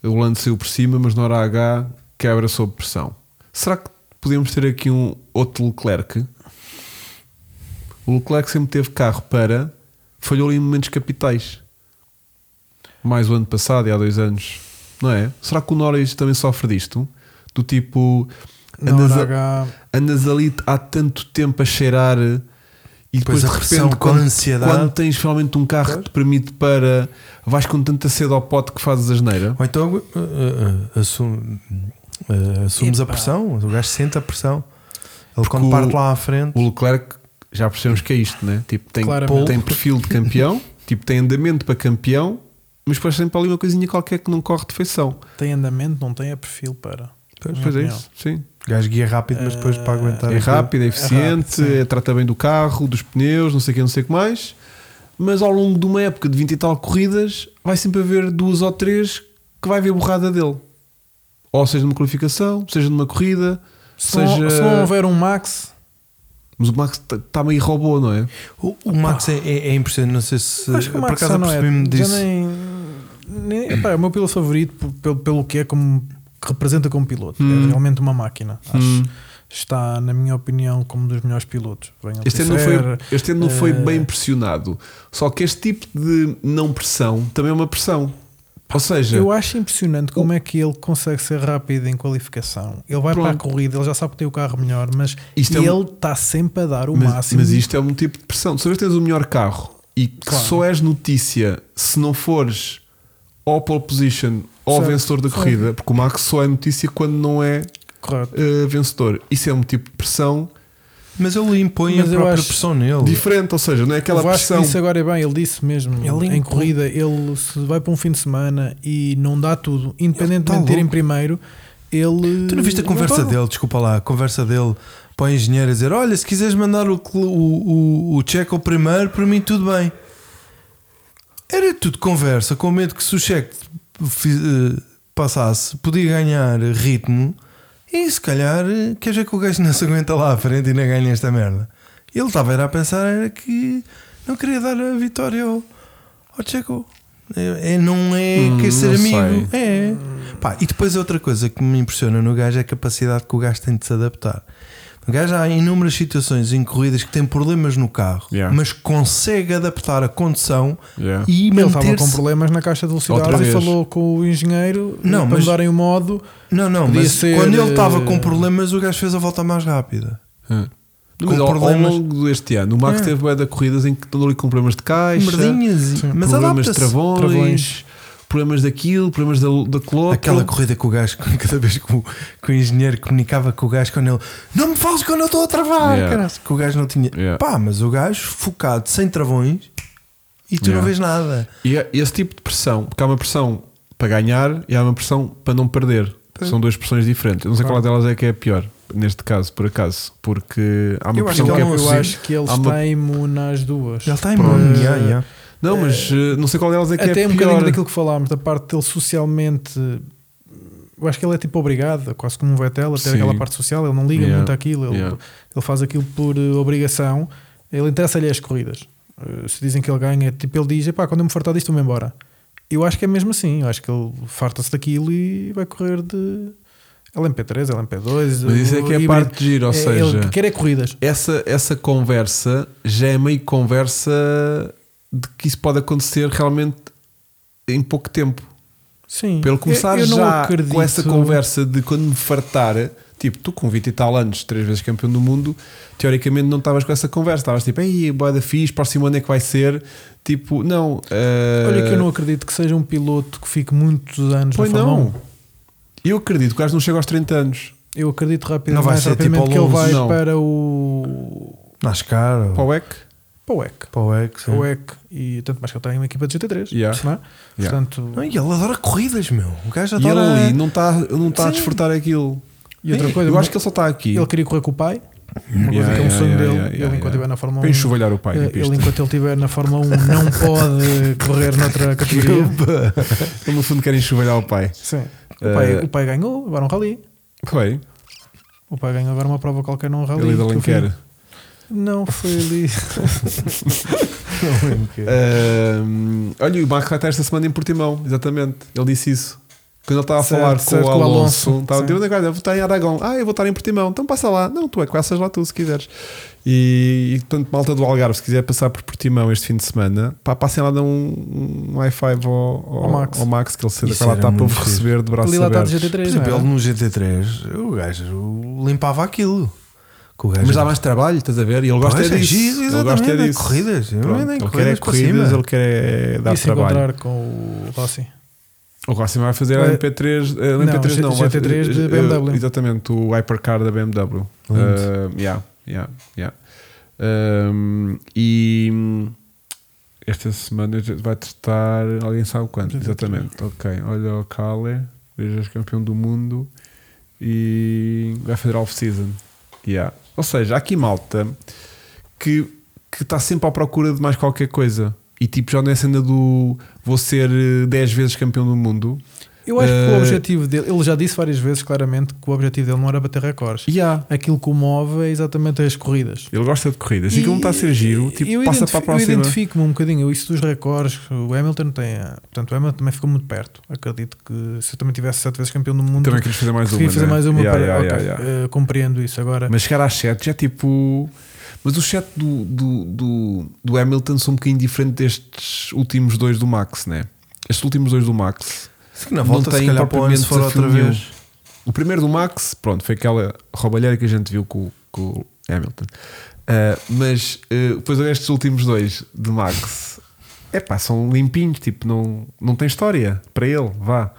o Lando saiu por cima, mas na hora H quebra sob pressão. Será que podíamos ter aqui um outro Leclerc? O Leclerc sempre teve carro para. falhou ali em momentos capitais. Mais o ano passado e há dois anos. Não é? Será que o Norris também sofre disto? Do tipo. na andas a- hora H, andas ali há tanto tempo a cheirar eh, e Depois depois, a de pressão repente com a quando, ansiedade. quando tens finalmente um carro que te permite para vais com tanta sede ao pote que fazes a geneira Ou então uh, uh, uh, assum- uh, assumes a Epá. pressão, o gajo sente a pressão. Ele Porque quando o- parte lá à frente, o Leclerc já percebemos que é isto né? tipo, tem, Claramente. tem perfil de campeão tipo, tem andamento para campeão mas depois sempre há ali uma coisinha qualquer que não corre de feição tem andamento, não tem a perfil para. Pois, Minha pois é opinião. isso, sim. o gajo guia rápido, mas depois para Eh, aguentar é aquilo- rápido, é eficiente, rápido, sim. é- trata bem do carro, dos pneus, não sei o que, não sei o que mais. Mas ao longo de uma época de 20 e tal corridas, vai sempre haver duas ou três que vai haver borrada dele. Ou seja numa qualificação, seja numa corrida, Se, não- seja. se não houver um Max, Mas o Max está meio robô, não é? O, o Max é, é, é impressionante, não sei se acho que o por Max acaso só não é. apercebi-me Já disso. nem, nem- epá, é o meu piloto favorito, p- pelo, pelo que é como que representa como piloto. Hum. É realmente uma máquina. Acho. Hum. Está, na minha opinião, como um dos melhores pilotos. Vem ele Este ano, não foi, terceiro, este ano não foi eh, bem pressionado. Só que este tipo de não pressão também é uma pressão. Ou seja, Eu acho impressionante como é que ele consegue ser rápido em qualificação. Ele vai para a Pronto. corrida, ele já sabe que tem o carro melhor, mas Isto é ele um- está sempre a dar o mas, máximo. mas isto é um tipo de pressão. Se que tens o melhor carro e que Claro. só és notícia se não fores ou pole position ou Certo. vencedor da Sim. corrida, porque o Max só é notícia quando não é Correto. eh, vencedor. Isso é um tipo de pressão Mas ele impõe a Mas eu própria acho pressão nele. diferente. Ou seja, não é aquela o Vasco pressão. disse agora é bem, ele disse mesmo Ele em limpou. corrida, ele se vai para um fim de semana e não dá tudo, independentemente Ele tá de ir em louco. primeiro, ele. Tu não viste a ele conversa tá- dele, desculpa lá, a conversa dele para o engenheiro a dizer: Olha, se quiseres mandar o, cl- o, o, o cheque ao primeiro, para mim tudo bem. Era tudo conversa, com medo que se o cheque fi- eh, passasse, podia ganhar ritmo e se calhar eh, quer dizer que o gajo não se aguenta lá à frente e não ganha esta merda. Ele estava era a pensar era que não queria dar a vitória ao, ao Checo. É, é- não é Hum, quer ser não amigo. sei. É. Pá, e depois outra coisa que me impressiona no gajo é a capacidade que o gajo tem de se adaptar. O gajo há inúmeras situações em corridas que tem problemas no carro, Yeah. mas consegue adaptar a condução Yeah. e Ele estava com manter-se. problemas na caixa de Outra velocidade vez. e falou com o engenheiro Não, para mas- mudarem o modo. Não, não, Podia mas ser, quando ele estava eh, com problemas, o gajo fez a volta mais rápida. É. Com Mas ao, ao problemas- longo deste ano, o Max É. teve bué de corridas em que estão ali com problemas de caixa, Merdinhas, e- problemas mas de adapta-se. travões, Travões. problemas daquilo, problemas da, da cloca. Aquela corrida que o gajo, cada vez que o, que o engenheiro comunicava com o gajo, quando ele não me fales quando eu estou a travar, Yeah. caralho, que o gajo não tinha. Yeah. Pá, mas o gajo focado, sem travões, e tu Yeah. não vês nada. E é esse tipo de pressão, porque há uma pressão para ganhar e há uma pressão para não perder. São duas pressões diferentes. Eu não sei qual delas é que é a pior, neste caso, por acaso, porque há uma Eu acho pressão que que, ele é não- eu possível. Então, Eu acho que um assim, ele Há está uma- imune às duas. Ele está Pronto. imune. Yeah, yeah. Não, mas eh, não sei qual delas é que Até é a um pior. bocadinho daquilo que falámos, da parte dele socialmente. Eu acho que ele é tipo obrigado, quase como um Vettel, até Sim. aquela parte social. Ele não liga Yeah. muito àquilo, ele, Yeah. ele faz aquilo por eh, obrigação. Ele interessa-lhe as corridas. Eh, Se dizem que ele ganha, tipo, ele diz: "Epá, quando eu me fartar disto, eu me embora. Eu acho que é mesmo assim. Eu acho que ele farta-se daquilo e vai correr de LMP3, LMP2. Mas isso é que é a híbrido. parte de giro, ou É, seja, ele quer é corridas. essa, essa conversa já é meio conversa de que isso pode acontecer realmente em pouco tempo. Sim, Pelo começar eu, eu não já acredito. com essa conversa de quando me fartar, tipo, tu com 20 e tal anos, três vezes campeão do mundo, teoricamente não estavas com essa conversa, estavas tipo, ei, boada fixe, próximo ano é que vai ser, tipo, não. Olha que eu não eh, acredito que seja um piloto que fique muitos anos Pois na Fórmula não. 1. Eu acredito que o gajo não chega aos 30 anos Eu acredito rápido, Não vai mais ser tipo rapidamente que ele Alonso, vai não. para o NASCAR, para ou o EC. para o EC. para o EC, sim. O é- EC e tanto mais que ele tem uma equipa de GT3. Yeah. Não é? Yeah. Portanto, Não, e ele adora corridas, meu. O gajo E ele adora. ali não está não tá a Sim. desfrutar aquilo. e outra coisa, eu acho que ele só está aqui. ele queria correr com o pai, uma Yeah, coisa que é um yeah, sonho yeah, dele. yeah, yeah, ele, enquanto yeah. estiver na Fórmula 1, Para enxovalhar o pai na eh, pista. ele, enquanto ele estiver na Fórmula 1, não pode correr noutra categoria. Ele, no fundo, quer enxovalhar o pai. Sim. O pai, Eh, o pai ganhou agora um rally. Foi, O pai ganhou agora uma prova qualquer num rally. ele da que eu Alenquer. vi. Não, foi ali. Não lembro que- Ahm, olha, o Marco vai estar esta semana em Portimão, exatamente. Ele disse isso. Quando ele estava a Certo, falar certo, com o com o Alonso, Alonso, estava a dizer: sim. "Olha, guarda, eu vou estar em Aragão. Ah, eu vou estar em Portimão, então passa lá. Não, tu é que passas lá tu se quiseres. E, e portanto, malta do Algarve, se quiser passar por Portimão este fim de semana, pá, passem lá, dão um, um high five ao, ao- Ao Max. ao Max, que ele se Isso vai lá era estar para muito vos giro. receber de braços ali lá está de abertos. GT3. Por exemplo, não é? ele no GT3, o gajo limpava aquilo. Que o gajo Mas dá mais trabalho, estás a ver? E ele gosta Pois, é é disso. giro, ele exatamente, gosta é é disso. corridas. Eu Pronto, ando em ele quer é corridas para corridas, cima. ele quer é dar e se trabalho. encontrar com o Rossi. O Rossi vai fazer a Vai- MP3, a MP3 G- não, GT3 vai- de eh, BMW. Exatamente, o Hypercar da BMW. Lindo. Eh, yeah, yeah, yeah. Um, e hum, esta semana vai testar, alguém sabe quando? GT3. Exatamente, ok. Olha o Kale, vejas campeão do mundo e vai fazer off-season. Yeah. Ou seja, há aqui malta que que está sempre à procura de mais qualquer coisa. E tipo, já não é a cena do vou ser eh, 10 vezes campeão do mundo. Eu acho que o Eh, objetivo dele, ele já disse várias vezes claramente que o objetivo dele não era bater recordes. Yeah. Aquilo que o move é exatamente as corridas. Assim Ele gosta de corridas. E aquilo não está a ser giro, tipo, eu passa identifi- para a Eu próxima. identifico-me um bocadinho. Isso dos recordes, o Hamilton tem. eh, Portanto, o Hamilton também ficou muito perto. Acredito que se eu também tivesse sete vezes campeão do mundo, Também queres fazer mais uma. conseguia fazer né? mais uma. Yeah, para, yeah, ok, yeah, yeah. eh, compreendo isso. Agora, Mas chegar às 7 já é tipo. Mas os 7 do, do, do, do Hamilton são um bocadinho diferente destes últimos dois do Max, né? Estes últimos dois do Max. Se que na Não volta, se tem calhar, para o ano, se propriamente for outra desafio vez. O primeiro do Max, pronto, foi aquela roubalheira que a gente viu com, com o Hamilton. Ah, mas ah, depois estes últimos dois do Max, é pá, são limpinhos, tipo, não, não tem história para ele, vá.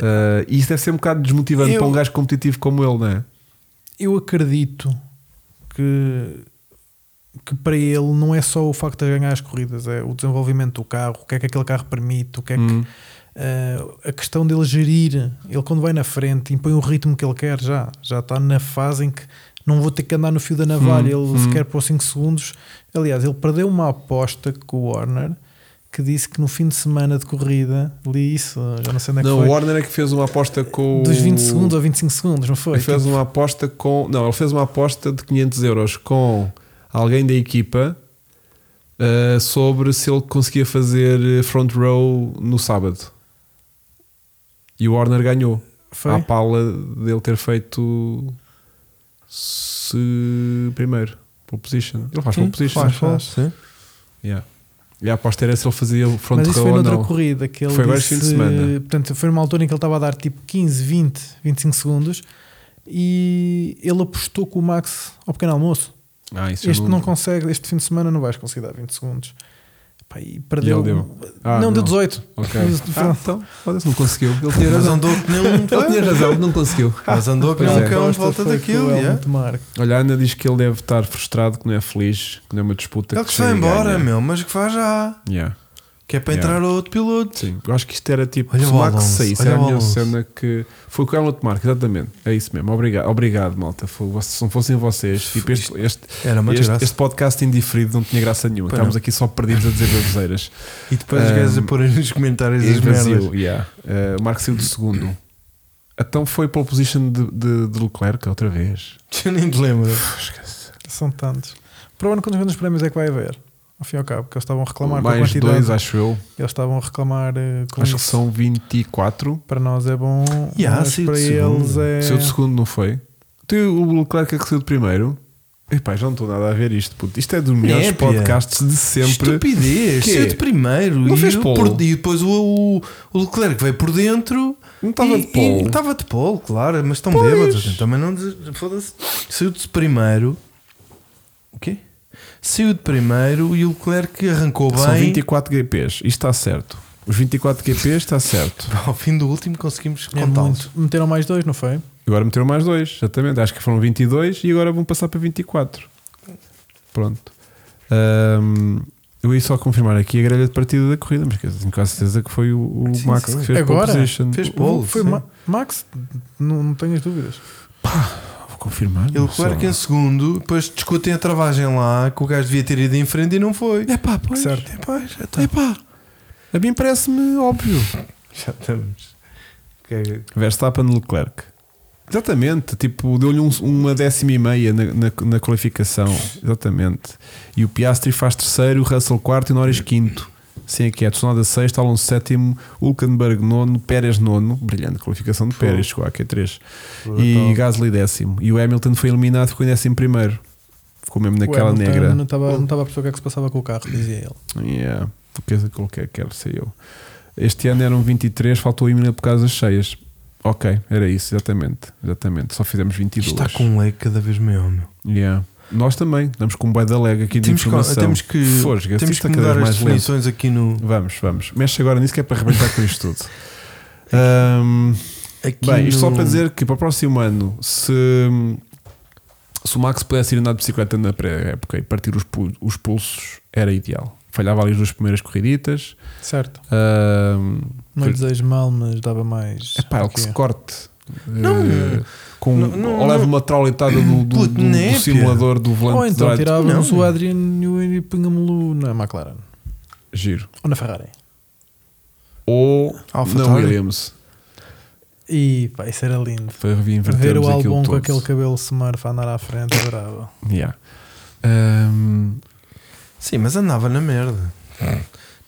Ah, e isso deve ser um bocado desmotivante Eu- para um gajo competitivo como ele, né? eu acredito que, que para ele não é só o facto de ganhar as corridas, é o desenvolvimento do carro, o que é que aquele carro permite, o que é que. Hum. eh, a questão dele gerir, ele quando vai na frente impõe o ritmo que ele quer já, já está na fase em que não vou ter que andar no fio da navalha, Hum, ele hum. sequer por 5 segundos. Aliás, ele perdeu uma aposta com o Warner que disse que no fim de semana de corrida, li isso, já não sei onde é que Não, foi, o Warner é que fez uma aposta com. dos 20 o- segundos ou 25 segundos, não foi? tipo, Ele fez uma aposta com. Não, ele fez uma aposta de 500 euros com alguém da equipa ah, sobre se ele conseguia fazer front row no sábado. E o Warner ganhou. Foi? À pala dele ter feito se primeiro. Pole position. Ele faz pole Sim, position. é? faz, faz, sim. Yeah. E a aposta era se ele fazia front Mas isso row foi ou noutra não. corrida que ele Foi vários disse, fins de semana. Portanto, foi numa altura em que ele estava a dar tipo 15, 20, 25 segundos e ele apostou com o Max ao pequeno almoço. Ah, isso eu este não... consegue, este fim de semana não vais conseguir dar 20 segundos. Pá, e perdeu. E ele Ah, não, não. deu 18. Ok. Mas, Ah, então, foda-se, não conseguiu. Ele tinha Mas razão. andou que nem um Ele tinha razão, não conseguiu. Ah, Mas andou que nem Pois um é. cão de volta Foi daquilo. com o yeah. Helmut Marko. Olha, a Ana diz que ele deve estar frustrado, que não é feliz, que não é uma disputa. Ele que que se vai chega e embora, ganha. meu, mas que vá já. Yeah. Que é para Yeah. entrar outro piloto. Sim, eu acho que isto era tipo. Olha se o o Max Alonso, saísse, olha era a o minha Alonso. cena que. Foi com o Helmut Marko, exatamente. É isso mesmo. Obrigado, obrigado malta. Foi, vo- se não fossem vocês, tipo, este, este, Era uma este, desgraça. este podcast indiferido não tinha graça nenhuma. Pois Estávamos não. aqui só perdidos a dizer bebezeiras. E depois os Ahm, gajos a pôr nos comentários E as merdas. vazio, yeah. Eh, o Marco saiu do segundo. Então foi pole position de, de, de Leclerc outra vez. Eu nem te lembro. São tantos. Para o ano, quantos grandes prémios é que vai haver? Ao fim e ao cabo, que eles estavam a reclamar com a Mais quantidade. dois, acho eu. Eles estavam a reclamar eh, com Acho que isso. são 24. Para nós é bom, Yeah, mas saiu de para segundo. eles é. Seu de segundo não foi? Tu e o Leclerc é que saiu de primeiro? Epá, já não estou nada a ver isto, puto. Isto é dos melhores Épia. podcasts de sempre. Estupidez. Quê? Saiu de primeiro. Não e, fez o- pole. por- e depois o, o, o Leclerc veio por dentro. Não estava e- de pole. e Estava de pole, claro. Mas estão Pois. bêbados. gente, Também não. des- Foda-se. Saiu de primeiro. O quê? Saiu de primeiro e o Leclerc arrancou São bem. 24 GPs, isto está certo. Os 24 GPs está certo. Ao fim do último conseguimos É contá-los. muito. Meteram mais dois, não foi? Agora meteram mais dois, exatamente. Acho que foram 22 e agora vão passar para 24. Pronto. Ahm, eu ia só confirmar aqui a grelha de partida da corrida, mas que- tenho quase certeza que foi o, o Sim, Max sim. que fez Agora? pole position. Fez pole, Foi sim. Ma- Max, não, não tenho as dúvidas. Vou confirmar. E o Leclerc em segundo, depois discutem a travagem lá que o gajo devia ter ido em frente e não foi. É pá, pois. Certo. É pá, já tá. Epá, a mim parece-me óbvio. Já estamos. é Verstappen Leclerc. Exatamente, tipo, deu-lhe um- uma décima e meia na, na- na qualificação. Exatamente. E o Piastri faz terceiro, o Russell quarto e o Norris quinto. Sim, aqui é Tsunoda sexto, Alonso sétimo, Hulkenberg nono, Pérez nono. Brilhante qualificação de Pérez, chegou a Q3. E Gasly décimo. E o Hamilton foi eliminado, ficou em décimo primeiro. Ficou mesmo O naquela Hamilton negra. Não estava não estava a perceber o que é que se passava com o carro, dizia ele. Yeah, porque qualquer quero ser eu. Este ano eram 23, faltou a Emília por causa das cheias. Ok, era isso, exatamente. Exatamente, só fizemos 22. Isto está com um leque cada vez maior, meu. Yeah. Nós também, estamos com um bué da leg aqui de Temos que, informação. temos que, Fosga, temos isto que é cada mudar vez as mais lento. definições aqui no. Vamos, vamos. Mexe agora nisso que é para arrebentar com isto tudo. Ahm, Aqui bem, isto só no- para dizer que para o próximo ano, se, se o Max pudesse ir andar de bicicleta na pré-época e partir os, pul- os pulsos, era ideal. Falhava ali as duas primeiras corriditas. Certo. Ahm, Não lhe Pois. desejo mal, mas dava mais. É pá, ele que Aqui. se corte. Não. Eh, com, Não, não, ou leva não. uma traulitada do, do- do- Puto, do népia. simulador do volante Ou então de drive. tirávamos Não. o Adrian Newey e punhamos-lo na McLaren. Giro. Ou na Ferrari. Ou Alfa não Tauri. Williams. E pá, isso era lindo. Foi reinvertermos Ver o aquilo álbum com todos. aquele cabelo smurf a andar à frente, adorava. Yeah. Ahm, Sim, mas andava na merda. Hum.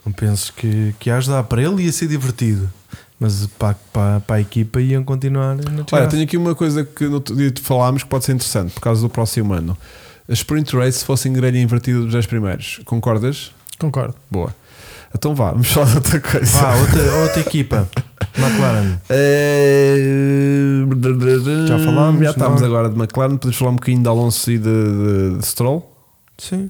Não penso que, que ia ajudar para ele ia ser divertido. Mas para, para, para a equipa iam continuar na Olha, desgraça. tenho aqui uma coisa que no outro dia te falámos que pode ser interessante por causa do próximo ano. A sprint race fosse em grelha invertida dos 10 primeiros. Concordas? Concordo. Boa. Então vá, vamos falar de outra coisa. Vá, outra, outra equipa. McLaren. É, Já falámos, Já estávamos não? é? agora de McLaren. Podemos falar um bocadinho de Alonso e de, de- de Stroll? Sim.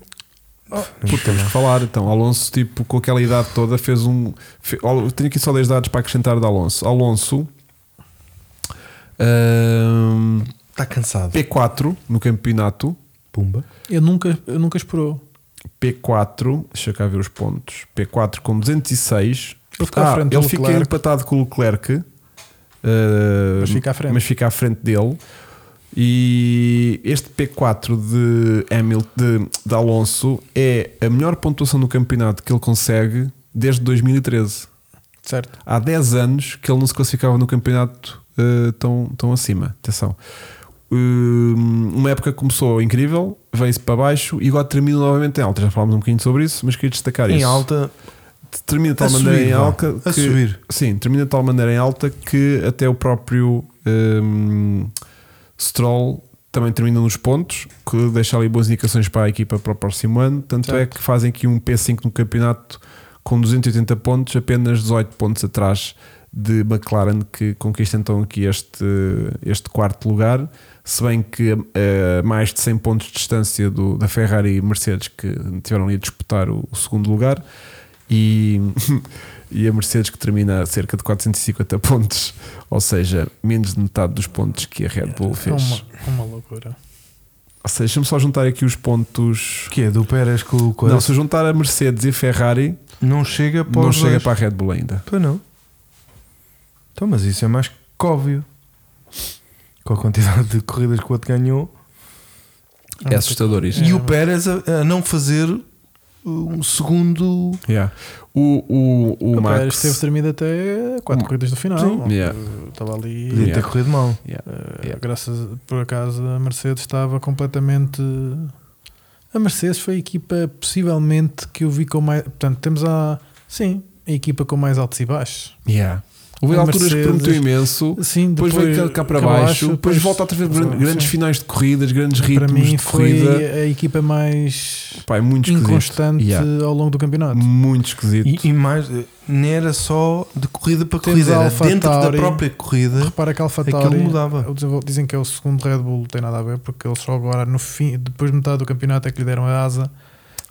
Oh, Porque temos que falar. Então, Alonso, tipo, com aquela idade toda, fez um. fe- Al- tenho aqui só 10 dados para acrescentar de Alonso. Alonso. ahm, Está tá cansado. P4 no campeonato. Pumba. Eu nunca, eu nunca esperou. P4, deixa eu cá ver os pontos. P4 com 206. Ele fica à frente do Ah, ele fica Leclerc. empatado com o Leclerc, uh, Mas fica à frente. mas fica à frente dele. E este P4 de, Hamilton, de, de Alonso é a melhor pontuação do campeonato que ele consegue desde 2013. Certo. Há 10 anos que ele não se classificava no campeonato eh, tão, tão acima. Atenção. Hum, uma época que começou incrível, veio-se para baixo e agora termina novamente em alta. Já falámos um bocadinho sobre isso, mas queria destacar Em isso. alta. Termina de A tal maneira subir, em vá. alta A que- subir. Sim, termina de tal maneira em alta que até o próprio hum, Stroll também termina nos pontos, que deixa ali boas indicações para a equipa para o próximo ano. Tanto é Certo. que fazem aqui um P5 no campeonato com 280 pontos, apenas 18 pontos atrás de McLaren, que conquista então aqui este, este quarto lugar. Se bem que a mais de 100 pontos de distância do, da Ferrari e Mercedes, que tiveram ali a disputar o, o segundo lugar, e, e a Mercedes, que termina a cerca de 450 pontos, ou seja, menos de metade dos pontos que a Red Bull É fez. uma, uma loucura. É Ou seja, deixa-me só juntar aqui os pontos. O quê? Do Pérez com o Não, coisa? se eu juntar a Mercedes e a Ferrari, Não, chega para não os chega dois. para a Red Bull ainda. Pois não. Então, mas isso é mais que óbvio. Com a quantidade de corridas que o outro ganhou. É assustador isto. É, E o mas- Pérez a, a não fazer um segundo. Yeah. O, o, o, O Max. Pérez esteve tremido até quatro Hum. corridas do final. Sim. onde Yeah. Estava ali. Podia ter corrido mal. Yeah. eh, Yeah. Graças, por acaso, a Mercedes estava completamente. A Mercedes foi a equipa, possivelmente, que eu vi com mais. Portanto, temos a. Sim, a equipa com mais altos e baixos. Yeah. Houve A alturas que Mercedes- prometeu imenso, Sim, depois, depois, veio cá para baixo, depois, volta a trazer grandes, grandes sim. finais de corridas, grandes Para ritmos mim, de foi corrida. a equipa mais. Pá, é muito esquisito. inconstante Yeah. ao longo do campeonato. Muito esquisito. E, e mais, eh, não era só de corrida para Temos corrida, a era Alpha dentro Tauri. da própria corrida Repara que a aquilo AlphaTauri mudava. o desenvol- dizem que é o segundo Red Bull, não tem nada a ver, porque eles só agora no fim, depois de metade do campeonato é que lhe deram a asa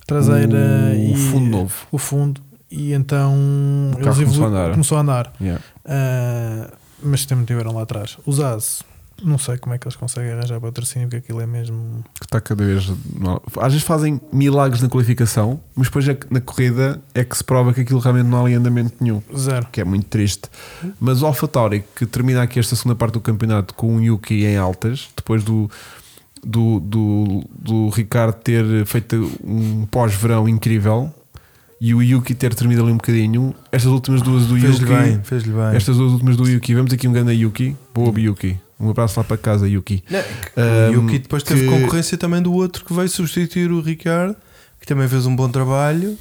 traseira o, e o fundo novo. o fundo e então carro começou a andar. começou a andar. Yeah. Ah, mas também tiveram lá atrás. Os ASE, não sei como é que eles conseguem arranjar patrocínio, porque aquilo é mesmo. Que está cada vez. mal. Às vezes fazem milagres na qualificação, mas depois é que na corrida é que se prova que aquilo realmente não há ali andamento nenhum. Zero. que é muito triste. Mas o AlphaTauri, que termina aqui esta segunda parte do campeonato com o Yuki em altas, depois do, do, do, do Ricardo ter feito um pós-verão incrível e o Yuki ter terminado ali um bocadinho, estas últimas duas do Fez-lhe Yuki. bem, fez-lhe bem. Hum. Estas duas últimas do Yuki, vemos aqui um grande Yuki, boa Yuki, um abraço lá para casa, Yuki. Não, é que Ahm, e Um, o Kit depois teve que- concorrência também do outro que veio substituir o Ricardo, que também fez um bom trabalho.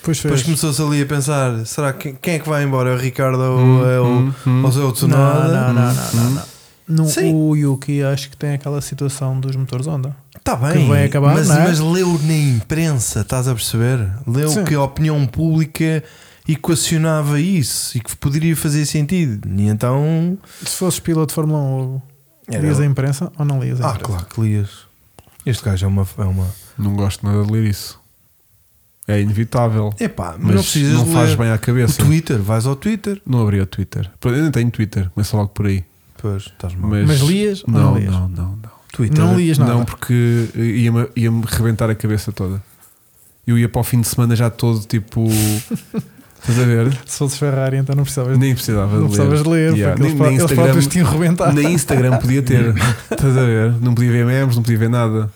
Pois Depois fez. começou-se ali a pensar: será que quem é que vai embora? É o Ricardo ou é o, Hum, hum, ou é o Não, não, Tsunoda? não, não, Uhum. não, não. No- Sim. o Yuki acho que tem aquela situação dos motores Honda. Está Tá bem, Que vai acabar, mas, não é? mas leu na imprensa, estás a perceber? Leu Sim. que a opinião pública equacionava isso e que poderia fazer sentido. E então. Se fosses piloto de Fórmula 1, Hugo, Era- lias a imprensa ou não lias a Ah, imprensa? claro que lias. Este gajo é uma. É uma... Não gosto nada de ler isso. É inevitável. Epá, mas, Mas não precisas não de faz ler. bem à o cabeça. Twitter, vais ao Twitter. Não abri o Twitter. Eu nem tenho Twitter, começa logo por aí. Pois, estás mal. Mas, Mas lias ou não, não lias? não, não, não. Twitter. Não lias nada. Não, porque eh, ia-me ia-me rebentar a cabeça toda. Eu ia para o fim de semana já todo tipo. Estás a ver? Se fosses Ferrari, então não precisavas, Nem precisava não de ler. precisavas ler, Yeah, porque nem- eles, pró- nem eles Instagram- próprios tinham rebentado. Nem Instagram podia ter. Estás a ver? Não podia ver memes, não podia ver nada.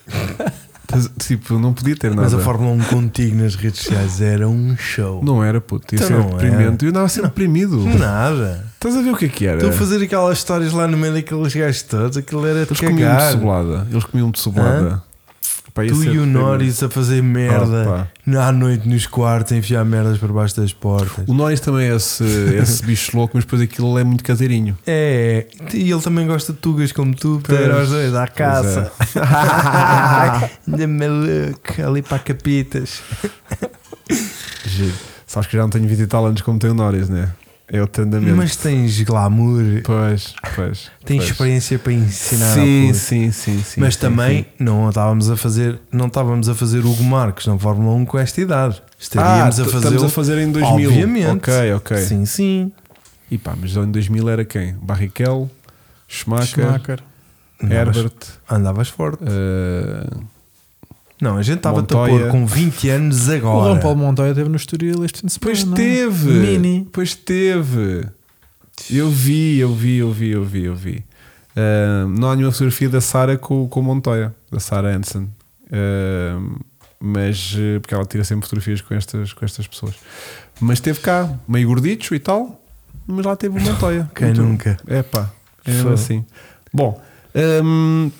Tás- Tipo, não podia ter nada. Mas a Fórmula 1 contigo nas redes sociais era um show. Não era, puto. Isso Então era não é. deprimente. Eu andava sempre deprimido. Nada. Estás a ver o que é que era? Estão a fazer aquelas histórias lá no meio daqueles gajos todos, aquilo era Eles comiam de cagar. cebolada. Eles comiam de cebolada. Pá, ia ser Tu Ah, e o deprimente. Norris a fazer merda Opa. à noite nos quartos, a enfiar merdas por baixo das portas. O Norris também é esse, esse bicho louco, mas depois aquilo é muito caseirinho. É, e ele também gosta de tugas como tu, ter aos dois à caça. é. Ainda maluco, ali para capitas. Giro. Sabes que eu já não tenho 20 e tal anos como tem o Norris, né? É outro andamento. Mas tens glamour, Pois, pois. tens pois. experiência para ensinar ao Sim, puto. sim, sim, sim. Mas sim, também sim. não estávamos a fazer, não estávamos a fazer Hugo Marques na Fórmula 1 com esta idade. Ah, Estaríamos a t- fazer, um estamos a fazer em 2000. Obviamente. Ok, ok. Sim, sim. E pá, mas em 2000 era quem? Barrichello, Schumacher, Schumacher. Andavas, Herbert. andavas forte. eh, Não, a gente estava-te a Montoya. pôr com 20 anos O agora. Dom Paulo Montoya teve no Estoril este fim de semana. Pois não é? teve! Mini. Pois teve! Eu vi, eu vi, eu vi, eu vi, eu vi. Ahm, não há nenhuma fotografia da Sara com, com o Montoya, da Sara Hansen. Ahm, mas eh, porque ela tira sempre fotografias com estas, com estas pessoas. Mas teve cá, meio gordicho e tal, mas lá teve o Montoya. Quem Muito- nunca? É pá, é mesmo Fogo. assim. Bom, hum,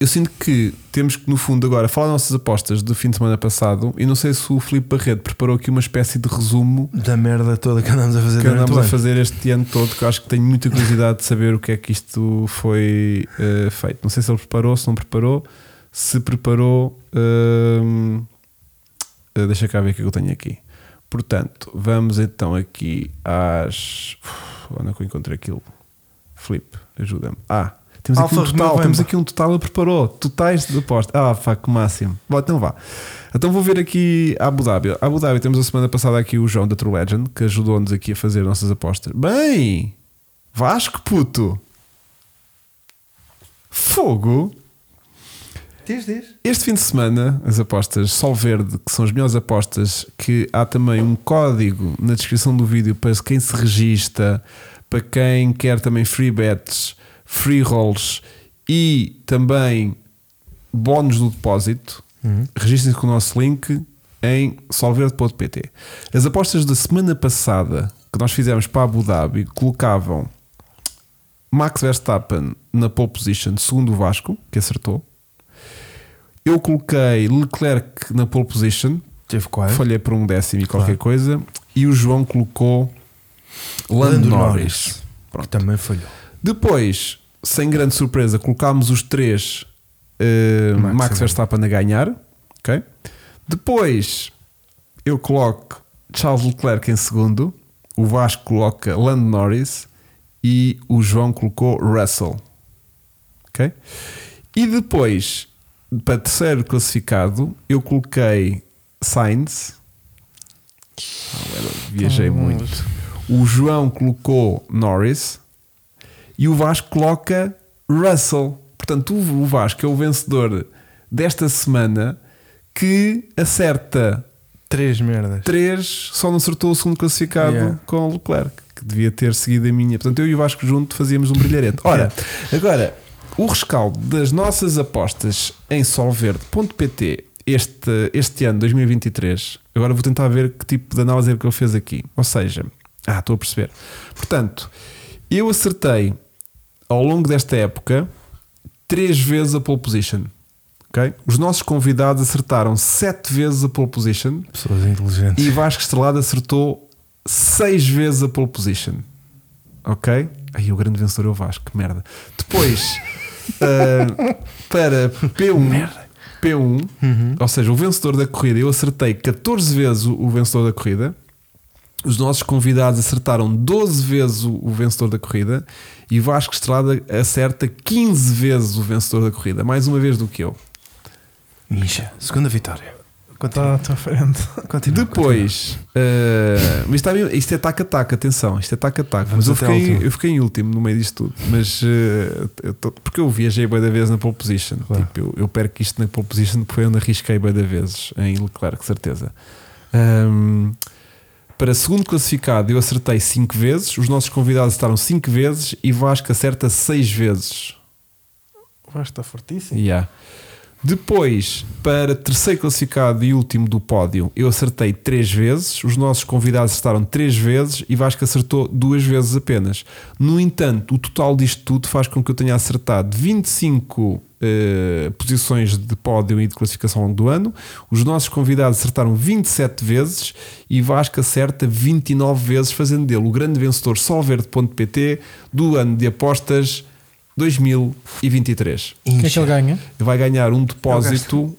eu sinto que temos que, no fundo, agora falar das nossas apostas do fim de semana passado. E não sei se o Filipe Barreto preparou aqui uma espécie de resumo Da merda toda que andamos a fazer que durante andamos o a ano. fazer este ano todo. Que eu acho que tenho muita curiosidade de saber o que é que isto foi eh, feito. Não sei se ele preparou, se não preparou. Se preparou, hum, eh, deixa cá ver o que é que eu tenho aqui. Portanto, vamos então aqui às. Uf, Onde é que eu encontro aquilo? Flip, ajuda-me. Ah, temos aqui, Alfa um Romeo total, Vemba. temos aqui um total, ele preparou. Totais de aposta. Ah, fuck, máximo. Bom, então vá. Então vou ver aqui Abu Dhabi. Abu Dhabi, temos a semana passada aqui o João da True Legend, que ajudou-nos aqui a fazer nossas apostas. Bem, Vasco, puto. Fogo. Diz, diz. Este fim de semana, as apostas Sol Verde, que são as melhores apostas, que há também um código na descrição do vídeo para quem se regista, para quem quer também free bets, free rolls e também bónus do depósito. Registrem-se com o nosso link em solverde.pt. As apostas da semana passada que nós fizemos para Abu Dhabi colocavam Max Verstappen na pole position, segundo o Vasco, que acertou. Eu coloquei Leclerc na pole position, Teve quase. falhei por um décimo e qualquer Claro. coisa, e o João colocou Lando, Lando Norris. Norris. Pronto. Também falhou. Depois, sem grande surpresa, colocámos os três eh, Max Max, e- Verstappen a ganhar. ok? Depois, eu coloco Charles Leclerc em segundo, o Vasco coloca Lando Norris e o João colocou Russell. Ok? E depois, para terceiro classificado, eu coloquei Sainz. Ah, eu viajei muito. O João colocou Norris e o Vasco coloca Russell. Portanto, o o Vasco é o vencedor desta semana que acerta Três merdas. 3, só não acertou o segundo classificado Yeah. com o Leclerc, que devia ter seguido a minha. Portanto, eu e o Vasco junto fazíamos um brilharete. Ora, agora, o rescaldo das nossas apostas em solverde.pt este, este ano, 2023, agora vou tentar ver que tipo de análise é que ele fez aqui. Ou seja, ah, estou a perceber. Portanto, eu acertei ao longo desta época três vezes a pole position. ok? Os nossos convidados acertaram sete vezes a pole position. Pessoas inteligentes. E Vasco Estrelado acertou 6 vezes a pole position. Ok? Aí o grande vencedor é o Vasco, que merda. Depois, ah, para P1, P1 ou seja, o vencedor da corrida, eu acertei 14 vezes o, o vencedor da corrida. Os nossos convidados acertaram 12 vezes o, o vencedor da corrida e Vasco Estrada acerta 15 vezes o vencedor da corrida, mais uma vez do que eu. Incha. Segunda vitória. é Continua. Está à tua frente. Continua. Depois, eh, mas está mesmo- isto é taca-taca, atenção, isto é taca-taca. Mas Vamos eu até ao fiquei, último. eu fiquei em último no meio disto tudo, mas eh, eu tô- porque eu viajei bem da vez na pole position. Claro. Tipo, eu, eu perco isto na pole position porque foi onde arrisquei bem da vezes em Leclerc, certeza. Ahm, para segundo classificado, eu acertei 5 vezes, os nossos convidados acertaram 5 vezes e Vasco acerta 6 vezes. O Vasco está fortíssimo. Yeah. Depois, para terceiro classificado e último do pódio, eu acertei três vezes. Os nossos convidados acertaram três vezes e Vasco acertou duas vezes apenas. No entanto, o total disto tudo faz com que eu tenha acertado 25 eh, posições de pódio e de classificação ao longo do ano. Os nossos convidados acertaram 27 vezes e Vasco acerta 29 vezes, fazendo dele o grande vencedor solverde.pt do ano de apostas 2023 O que é que ele ganha? vai ganhar um depósito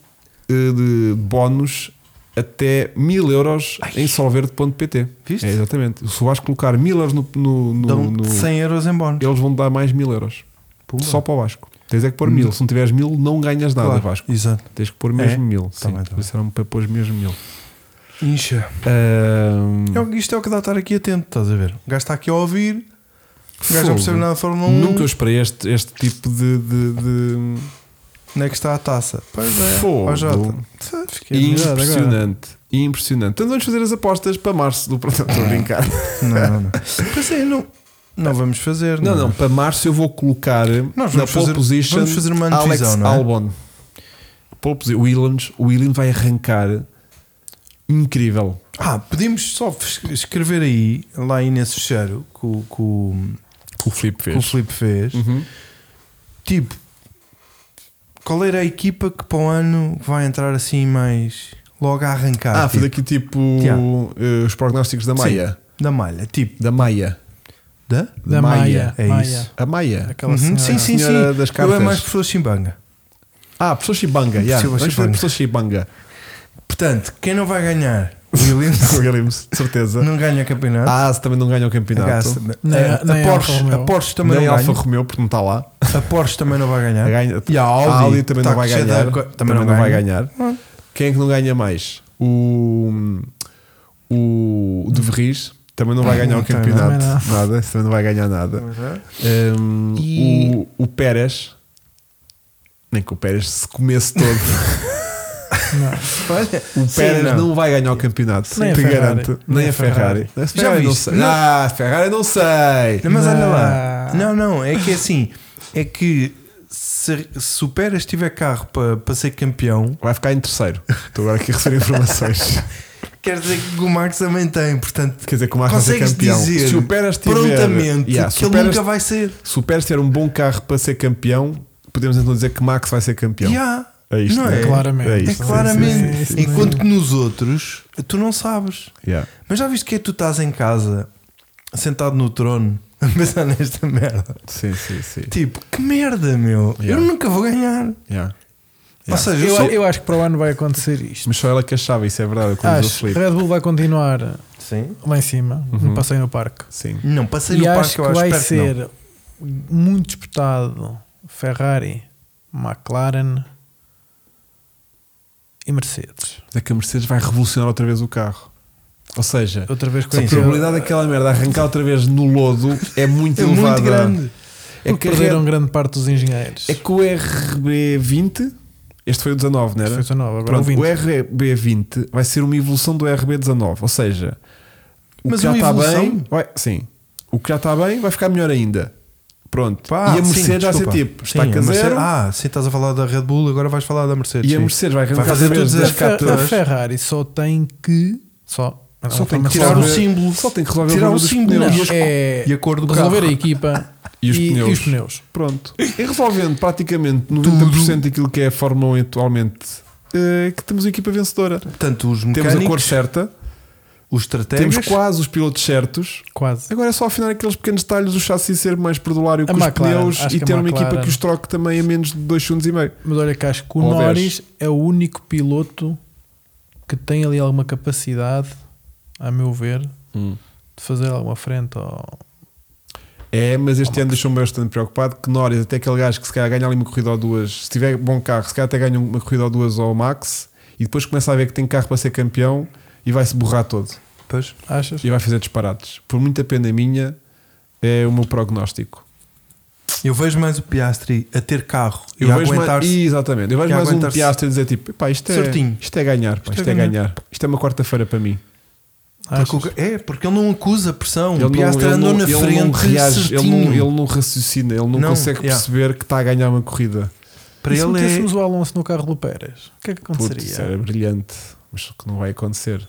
eh, de bónus até mil euros em solverde.pt. Viste? É, exatamente. Se vais colocar mil euros no. no- no- Dão no- 100 euros em bónus. eles vão dar mais mil euros. Pumba. Hum. Só para o Vasco. Tens é que pôr mil. Se não tiveres mil, não ganhas nada, Claro, tá Vasco. Exato. Tens que pôr mesmo É? mil. Sim, bem, tá bem. disseram para pôr mesmo mil. Incha. Ahm, É, o- isto é o que dá a estar aqui atento, estás a ver? O gajo está aqui a ouvir, o gajo não fogo. percebe nada de Fórmula 1. Nunca eu esperei este, este tipo de. de- de- Onde é que está a taça? Pois é. Fogo. Ó Jota. é Fiquei é admirado agora. Impressionante. Impressionante. Então vamos fazer as apostas para março do. Estou a brincar. Não, não, não. Pois é, não, não é? vamos fazer. Não, não, para março eu vou colocar Nós na vamos pole fazer- position vamos fazer uma Alex antevisão, não é? Albon. Pole posi- o Williams, o Williams vai arrancar incrível. Ah, podemos só es- escrever aí, lá aí nesse fecheiro que o, que o, O Filipe que o Filipe fez. Uhum. Tipo, qual era a equipa que para o ano vai entrar assim mais logo a arrancar? Ah, foi tipo, daqui tipo Tiago. eh, os prognósticos da Maia. Da malha, tipo. Da Maia. Da? Da Maia. É Maia. isso. A Maia. Aquela Uhum, senhora. Sim, sim, sim. Senhora das Eu é cartas. mais professor Chimbanga. Ah, professor Shibanga. Yeah. Professor Vamos fazer Shibanga. professor Shibanga. Portanto, quem não vai ganhar? Williams O Williams, de certeza. não ganha campeonato. Ah, se também não ganha o campeonato. Agas- Nem- a, nem a Porsche, Alfa Romeo. a Porsche também Nem não Alfa ganha. Romeo, porque não está lá. A Porsche também não vai ganhar. Ganha- E a Audi, a Audi também tá não vai cheia de ganhar. arco- Também, não, vai ganhar. Quem é que não ganha mais? O. O De Vries também não vai ganhar o Não tem campeonato. nada. Nada, esse também não vai ganhar nada. Um, E- o, o Pérez. Nem que o Pérez se comesse todo. O Pérez não. vai ganhar o campeonato. Nem a te Ferrari. garanto. Nem, Nem a a Ferrari. A Já Ferrari não viste? sei. Não. Ah, a Ferrari não Ah. sei. Não, Mas olha lá. Não, Não. não, é que é assim. É que se, se o Pérez tiver carro para pa ser campeão, Vai ficar em terceiro. Estou agora aqui a receber informações. quer dizer que o Max também tem. Portanto, Quer dizer que o Max vai ser Consegues campeão. dizer se o Pérez tiver, prontamente, Yeah, se que o ele Pérez nunca vai ser. Se o Pérez tiver um bom carro para ser campeão, podemos então dizer que Max vai ser campeão. Yeah. É isto, Não né? é? Claramente. É É isto, claramente. sim, sim, sim. Enquanto que nos outros, tu não sabes. Yeah. Mas já viste que é que tu estás em casa, sentado no trono, a pensar nesta merda? Sim, sim, sim. Tipo, que merda, meu. Yeah. Eu nunca vou ganhar. Yeah. Ou Yeah. seja, eu, Eu, sou... eu acho que para o ano vai acontecer isto. Mas só ela que achava, isso é verdade, como diz o Acho que Felipe. Red Bull vai continuar lá Sim. em cima, Uhum. no passeio no parque. Sim. Não, passei e no acho parque, que eu acho vai perto, não. ser muito disputado Ferrari, McLaren e Mercedes. Mas É que a Mercedes vai revolucionar outra vez o carro. Ou seja, Outra vez com a Sim, sim. probabilidade daquela merda arrancar outra vez no lodo é muito É elevada. muito grande. É que, a Red- perderam grande parte dos engenheiros. é que o RB20, este foi o 19, não era? Foi nova, agora Pronto, ouvindo. o RB20 vai ser uma evolução do RB19, ou seja, o Mas que já uma está evolução? bem, vai, sim, o que já está bem vai ficar melhor ainda. Pronto, Pá, e a sim, Mercedes vai ser desculpa. tipo, Sim, está a Mercedes- zero Ah, sim, estás a falar da Red Bull, agora vais falar da Mercedes. e a sim. Mercedes vai arrancar Vai fazer através todas das as a, cartas. cartas. Ferrari só tem que só, Só tem que também tirar o resolver- símbolo, só tem que resolver Tirar o problema o dos símbolo, pneus. Não, e as- é e a cor do resolver carro. a equipa E os pneus. e os pneus. Pronto. E resolvendo praticamente 90% daquilo que é a Fórmula 1 atualmente, eh, que temos a equipa vencedora. Portanto, os Temos a cor mecânicos, certa, os estrategas, temos quase os pilotos certos. Quase. Agora é só afinar aqueles pequenos detalhes do chassi ser mais perdulário com A os McLaren, pneus acho e que a ter uma McLaren. equipa que os troque também a menos de 2 segundos e meio. Mas olha que acho que o Ou Norris é o único piloto que tem ali alguma capacidade, a meu ver, de Hum. fazer alguma frente ao. É, mas este ano deixou-me bastante preocupado que Norris, até aquele gajo que se calhar ganha ali uma corrida ou duas, se tiver bom carro, se calhar até ganha uma corrida ou duas ao Max e depois começa a ver que tem carro para ser campeão e vai-se borrar todo Pois. Achas? e vai fazer disparates. Por muita pena minha, é o meu prognóstico. Eu vejo mais o Piastri a ter carro Eu e a vejo mais, aguentar-se. exatamente, eu vejo e mais um aguentar-se. piastre a dizer tipo, pá, isto é, Certinho. isto é ganhar, pá, isto, é ganhar. isto é uma quarta-feira para mim. Porque Achas? o- É, porque ele não acusa pressão. Ele o não- Piastri ele andou não- Um na ele não frente reage, ele, certinho. não, ele não raciocina, ele não, Não, consegue yeah. perceber que está a ganhar uma corrida. Para e se ele é. metêssemos o Alonso no carro do Pérez, o que é que Putz, aconteceria? isso era brilhante, mas que não vai acontecer.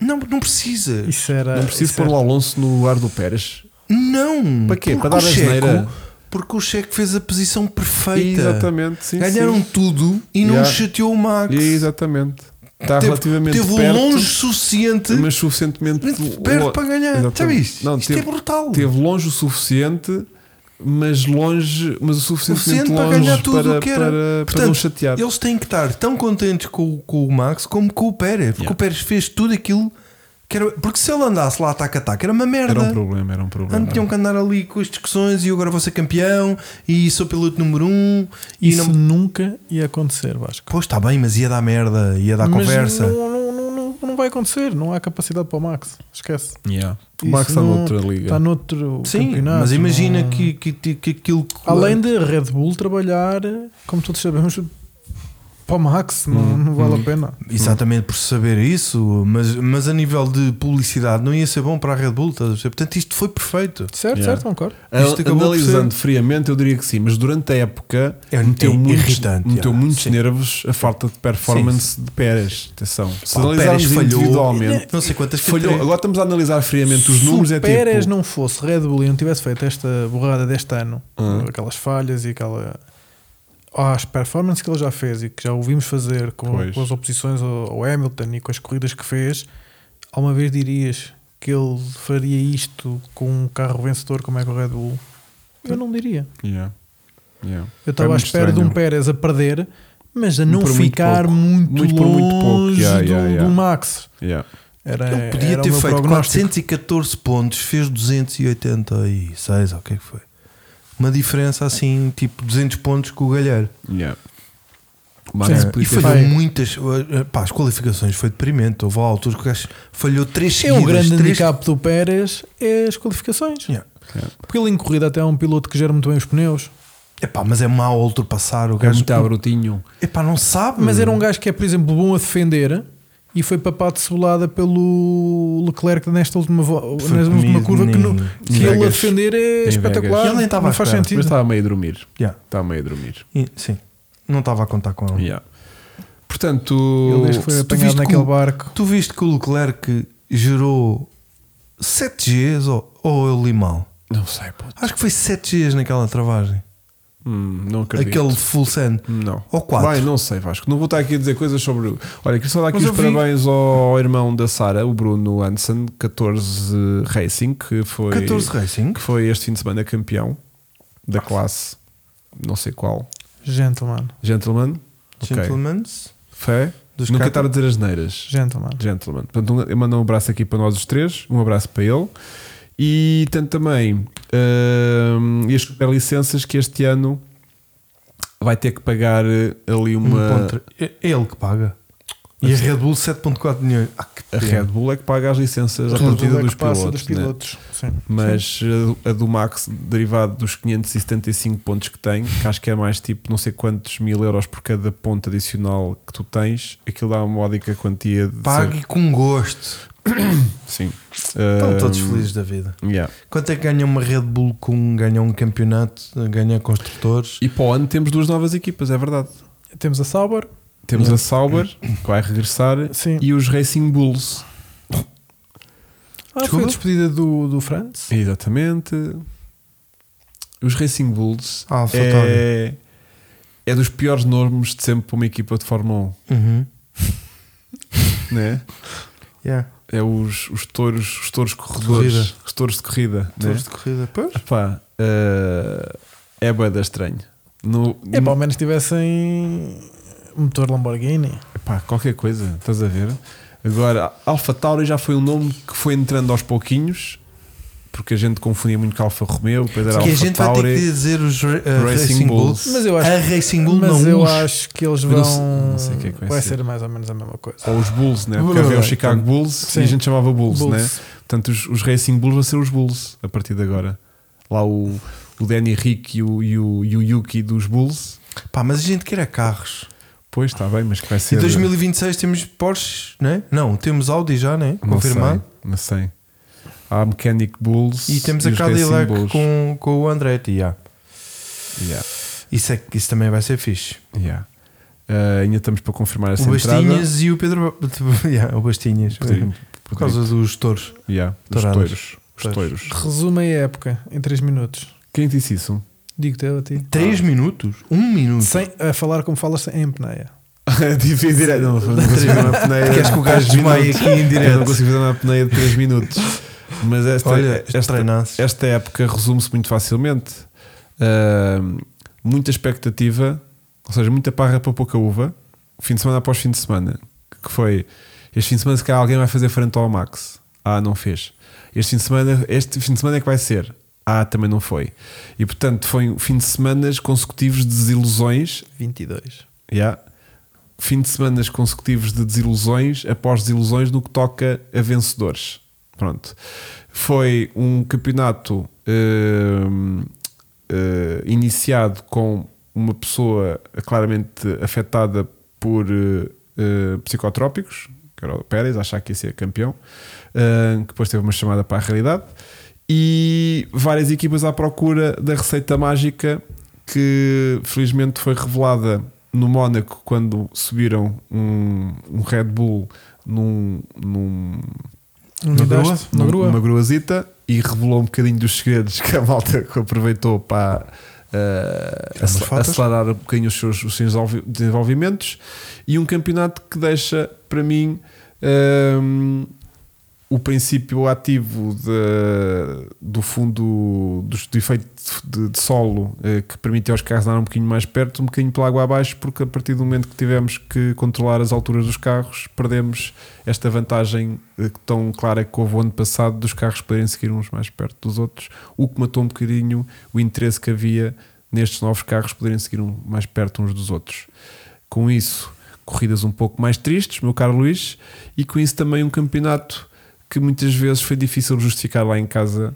Não, não precisa. Isso era- não preciso isso é. pôr era- o Alonso no lugar do Pérez. Não! Para quê? Porque Para dar o Checo- asneira? Porque o Checo fez a posição perfeita. Exatamente, sim. Ganharam um sim. tudo e não Yeah. chateou o Max. Exatamente. Está Tá Teve- relativamente teve um perto, longe suficiente mas suficientemente perto para ganhar. Já Exatamente. viste? Não, Isto teve- é brutal. Teve longe o suficiente, mas longe, mas o suficientemente Suficiente para longe ganhar tudo o para, que era. para- para Portanto, não chatear. Eles têm que estar tão contentes com, o- com o Max como com o Pérez. Porque Yeah. o Pérez fez tudo aquilo que era. Porque se ele andasse lá ataque-ataque, era uma merda. Era um problema, era um problema. Antes tinham que andar ali com as discussões e eu agora vou ser campeão e sou piloto número um e Isso não. nunca ia acontecer, Vasco. Pois está bem, mas ia dar merda, ia dar Mas conversa. Não, não, não, não, não vai acontecer, não há capacidade para o Max. Esquece. Yeah. O Isso Max está não- noutra liga. Está noutro é Sim, campeonato. mas imagina não- que, que, que- que aquilo que- Além de Red Bull trabalhar, como todos sabemos, para o Max, Hum, não, não vale a pena. Exatamente por saber isso, mas, mas a nível de publicidade não ia ser bom para a Red Bull, estás a perceber? Portanto, isto foi perfeito. Certo, Yeah. certo, concordo. An- Isto acabou por Analisando friamente, eu diria que sim, mas durante a época É- meteu, é muitos, irritante, meteu já, muitos sim. nervos a falta de performance de Pérez. Atenção, se analisarmos individualmente, não sei quantas que falhou. teve. Agora estamos a analisar friamente os Se números. o É Pérez tipo, não fosse Red Bull e não tivesse feito esta borrada deste ano, Hum. aquelas falhas e aquela. As performances que ele já fez e que já ouvimos fazer com, Pois. com as oposições ao, ao Hamilton e com as corridas que fez, alguma vez dirias que ele faria isto com um carro vencedor como é que o Red Bull? Eu não diria. Yeah. Yeah. Eu estava à muito espera de um estranho. Pérez a perder, mas a não Por muito ficar pouco. muito, Muito por longe muito pouco. Yeah, do, yeah, yeah. do Max. Yeah. Era, Ele podia era o ter meu feito prognóstico. 414 pontos, fez 286, ou o que é que foi? Uma diferença assim, tipo 200 pontos com o Galheiro. Yeah. O Sim. podia ter E falhou feito- feito. muitas. ah, Pá, as qualificações foi deprimente. Houve alturas que o gajo falhou 3 É seguidas. o grande três- handicap do Pérez é as qualificações. Yeah. Porque ele em corrida até é um piloto que gera muito bem os pneus. Epá, mas é mau a ultrapassar o É gajo. muito abrutinho. Epá, não sabe. Hum. Mas era um gajo que é, por exemplo, bom a defender e foi papado de cebolada pelo Leclerc nesta última, vo- Foi na última comido curva que, nem- no- nem que ele a Vegas. defender é Nem Vegas. espetacular. Ele nem estava à não faz espera, Mas tá. sentido. estava meio a dormir. Yeah. Estava meio a dormir. E- Sim, não estava a contar com ele. Yeah. Portanto, Ele desde que foi se tu apanhado viste naquele como- barco. Tu viste que o Leclerc gerou 7 Gs ou, ou eu li mal? não sei, puto. Acho que foi 7 Gs naquela travagem. Hum, não acredito. Aquele full send. Não. Ou quatro. Vai, não sei, Vasco. Não vou estar aqui a dizer coisas sobre. o- Olha, queria só dar aqui Mas os eu vi- parabéns ao irmão da Sara, o Bruno Hansen, 14 Racing, que foi, 14 Racing. que foi este fim de semana campeão da classe, não sei qual. Gentleman, Gentleman? Ok. Gentlemans. Fé? Dos Nunca Cata- estar a dizer as neiras. gentleman. Gentleman. Portanto, um- eu mando um abraço aqui para nós os três, um abraço para ele. E tanto também hum, e as superlicenças que este ano vai ter que pagar eh, ali uma. 1.3. É é ele que paga. E a Red Bull 7.4 milhões. Ah, que A pena. Red Bull é que paga as licenças à Red Bull partida é que dos passa pilotos, né? Sim. mas a- a do Max, derivado dos 575 pontos que tem, que acho que é mais tipo não sei quantos mil euros por cada ponto adicional que tu tens, aquilo dá uma módica quantia de. Pague com gosto. Sim. Estão todos Hum, felizes da vida. yeah. Quanto é que ganha uma Red Bull com ganha um campeonato, ganha construtores? E para o ano temos duas novas equipas, é verdade. Temos a Sauber. Temos a Sauber, que vai regressar, Sim. e os Racing Bulls. Ah, foi Desculpa? a despedida do, do Franz. Exatamente. Os Racing Bulls Ah, Alfa Tauri. é, é dos piores nomes de sempre para uma equipa de Fórmula Uhum. 1, né? Yeah. É os, os touros, os touros corredores, Corrida. os touros de corrida, né? Touros de corrida. Pois. Epá, eh, é boeda estranho. No, É pá, ao menos tivessem um motor Lamborghini. Epá, qualquer coisa, estás a ver? Agora, Alfa Tauri já foi um nome que foi entrando aos pouquinhos, porque a gente confundia muito com Alfa Romeo, depois era que a Alfa gente vai ter que Tauri. dizer os ra- uh, um Racing Racing Bulls. Bulls. Mas eu acho, a Racing Bull mas não eu os- acho que eles Eu vão. não sei- não sei o que é que vai vai ser. ser mais ou menos a mesma coisa. Ou os Bulls, né? Porque Bulls, havia os é, Chicago então. Bulls e a Sim. gente chamava Bulls, Bulls. né? Portanto, os, os Racing Bulls vão ser os Bulls a partir de agora. Lá o, o Danny Rick e o, e, o, e o Yuki dos Bulls. Pá, mas a gente quer é carros. Pois está bem, mas que vai ser. Em 2026 temos Porsche, né? Não, temos Audi já, né? não sei, Confirmado. Não sei. Há a Mechanic Bulls E temos a os Racing Cadillac Bulls. com, com o Andretti, já. Yeah. E Isso, é, que- isso também vai ser fixe. Yeah. Ah, ainda estamos para confirmar essa o entrada. Bastinhas e o Pedro. Ba- Yeah, o Bastinhas. Poderia- Por causa dos touros. Yeah, os Touradas. touros. Os Pois. touros. Resume a época em 3 minutos. Quem disse isso? Digo-te eu a ti. Ah. 3 minutos? 1 um minuto. Sem, a falar como falas sem- em apneia. Tive em direto. Não, não consigo fazer uma apneia. Queres que o gajo de desmaie aqui em Eu não direto? consigo fazer uma apneia de 3 minutos. Mas esta, Olha, esta, treinasses. esta época resume-se muito facilmente. Ahm, muita expectativa, ou seja, muita parra para pouca uva, fim de semana após fim de semana. Que foi este fim de semana, se calhar alguém vai fazer frente ao Max. Ah, não fez. Este fim de semana, este fim de semana é que vai ser. Ah, também não foi. E portanto, foi um fim de semanas consecutivos de desilusões 22. Yeah. Fim de semanas consecutivos de desilusões após desilusões no que toca a vencedores. Pronto. Foi um campeonato hum, eh, iniciado com uma pessoa claramente afetada por eh, eh, psicotrópicos, que era o Pérez, achar que ia ser campeão, eh, que depois teve uma chamada para a realidade, e várias equipas à procura da receita mágica que felizmente foi revelada no Mónaco quando subiram um, um Red Bull num, num, Na grua? Na num- grua. numa gruazita e revelou um bocadinho dos segredos que a malta que aproveitou para eh, Tirar umas acel- fotos. acelerar um bocadinho os seus, os seus desenvolvi- desenvolvimentos e um campeonato que deixa para mim ehm, o princípio ativo de- do fundo dos, do efeito de, de solo eh, que permite aos carros andar um bocadinho mais perto, um bocadinho pela água abaixo, porque a partir do momento que tivemos que controlar as alturas dos carros, perdemos esta vantagem eh, que tão clara que houve o ano passado dos carros poderem seguir uns mais perto dos outros, o que matou um bocadinho o interesse que havia nestes novos carros poderem seguir um, mais perto uns dos outros. Com isso, corridas um pouco mais tristes, meu caro Luís, e com isso também um campeonato que muitas vezes foi difícil justificar lá em casa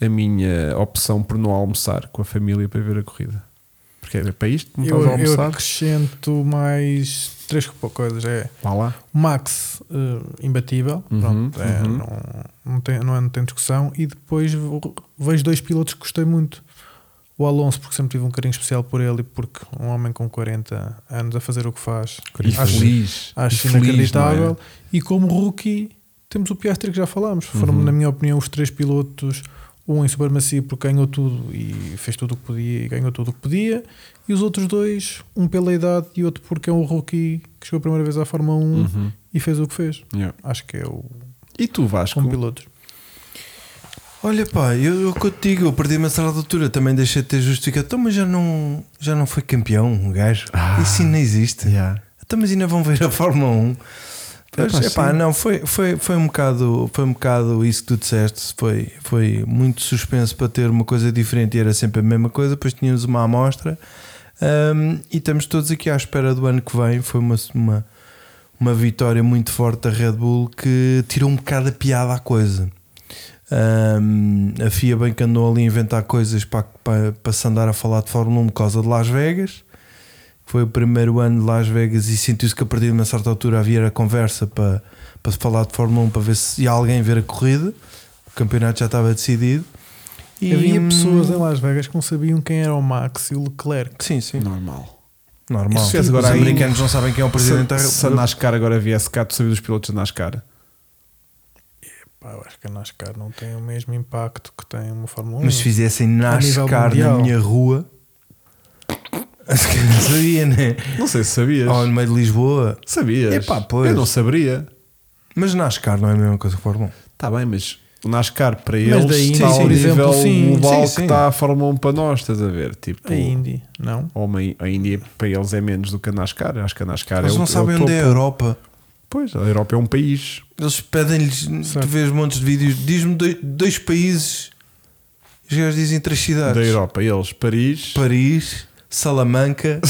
a minha opção por não almoçar com a família para ver a corrida. Porque é para isto que me Eu, estás a eu almoçar? acrescento mais três coisas. É Vá lá. Max eh, imbatível, Uhum, pronto, é, uhum. Não, não, tem, não, é- não tem discussão. E depois vo- vejo dois pilotos que gostei muito: o Alonso, porque sempre tive um carinho especial por ele, e porque um homem com 40 anos a fazer o que faz, E acho, feliz. acho e feliz, não é? inacreditável. E como rookie, temos o Piastri que já falámos. Foram, Uhum. na minha opinião, os três pilotos. Um em supremacia porque ganhou tudo e fez tudo o que podia e ganhou tudo o que podia. E os outros dois, um pela idade e outro porque é um rookie que chegou a primeira vez à Fórmula 1 Uhum, e fez o que fez. yeah. Acho que é o E tu, Vasco? como pilotos. Olha pá, eu, eu que eu te digo, eu perdi-me a certa altura, também deixei de ter justificado. Então, mas já não, já não foi campeão um gajo. Ah. Isso ainda existe. Yeah. Então, mas ainda vão ver a Fórmula 1. Mas, pá, epá, sim. não, foi, foi, foi, um bocado, foi um bocado isso que tu disseste. Foi, foi muito suspenso para ter uma coisa diferente e era sempre a mesma coisa. Depois tínhamos uma amostra hum, e estamos todos aqui à espera do ano que vem. Foi uma, uma, uma vitória muito forte da Red Bull que tirou um bocado a piada à coisa. Hum, a FIA bem que andou ali a inventar coisas para, para, para se andar a falar de Fórmula 1 por causa de Las Vegas. Foi o primeiro ano de Las Vegas e sentiu-se que a partir de uma certa altura havia a conversa para, para se falar de Fórmula 1 para ver se ia alguém ver a corrida. O campeonato já estava decidido. E Havia hum, pessoas em Las Vegas que não sabiam quem era o Max e o Leclerc. Sim, sim. Normal. Normal. Isso fez agora Os aí- um- americanos não sabem quem é o presidente da se, se a República. NASCAR agora viesse cá, tu sabias dos pilotos da NASCAR? Pá, eu acho que a NASCAR não tem o mesmo impacto que tem uma Fórmula 1. Mas se fizessem nível NASCAR na mundial. minha rua, acho que não sabia, né? Não sei se sabias. Ou no meio de Lisboa. Sabias? Epá, pois. Eu não saberia. Mas NASCAR não é a mesma coisa que Fórmula 1. Está Tá bem, mas o NASCAR para Mas eles daí, está sim, ao por nível exemplo, sim, global sim, que sim. está a Fórmula 1 para nós, estás a ver? Tipo, A Indy, não. ou uma- a Índia para eles é menos do que a NASCAR. Acho que a NASCAR é Eles o, não sabem é o onde é a topo. Europa. Pois, a Europa é um país. Eles pedem-lhes, Certo. tu vês montes de vídeos, diz-me dois, dois países. Os gajos dizem três cidades: Da Europa, eles, Paris, Paris, Salamanca.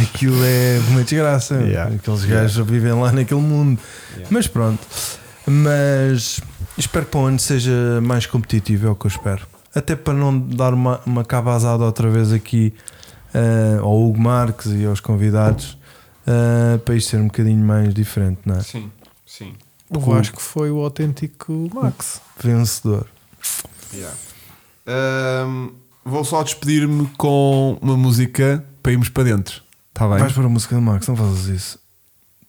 Aquilo é uma desgraça. Yeah. Aqueles gajos vivem lá naquele mundo. Yeah. Mas pronto. Mas espero que para onde seja mais competitivo, é o que eu espero. Até para não dar uma, uma cabazada outra vez aqui eh, ao Hugo Marques e aos convidados. eh, para isto ser um bocadinho mais diferente, não é? Sim, sim. O Vasco foi o autêntico Max. Vencedor. Yeah. Ahm, Vou só despedir-me com uma música para irmos para dentro. Está bem? Vais para a música do Max, não fazes isso.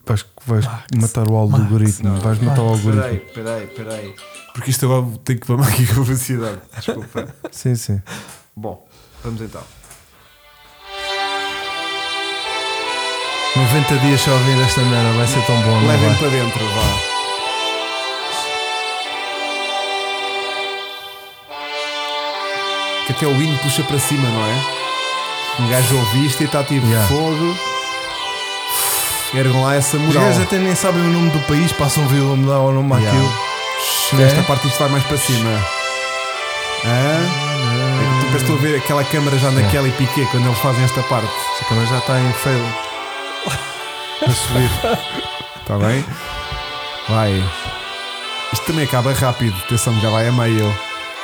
Vais, vais Max, matar o algoritmo. não, vais matar o algoritmo. Peraí, peraí, peraí. Porque isto agora tem que vamos aqui com velocidade. Desculpa. Sim, sim. Bom, vamos então. 90 dias só ouvir esta merda vai ser tão bom. não Levem vai? para dentro, vá. Que até o hino puxa para cima, não é? Um gajo ouve isto e está tipo Yeah. fogo. Ergam lá essa Os moral. gajos até nem sabem o nome do país, passam a vila mudar o nome Yeah. àquilo. Shhh, Esta parte isto vai mais para cima. Hã? Tu parece que estou a ver aquela câmara já naquela e piquet quando eles fazem esta parte. Essa câmera já está em fail. A subir. Está Tá bem? Vai. Isto também acaba rápido. Atenção, já vai a meio.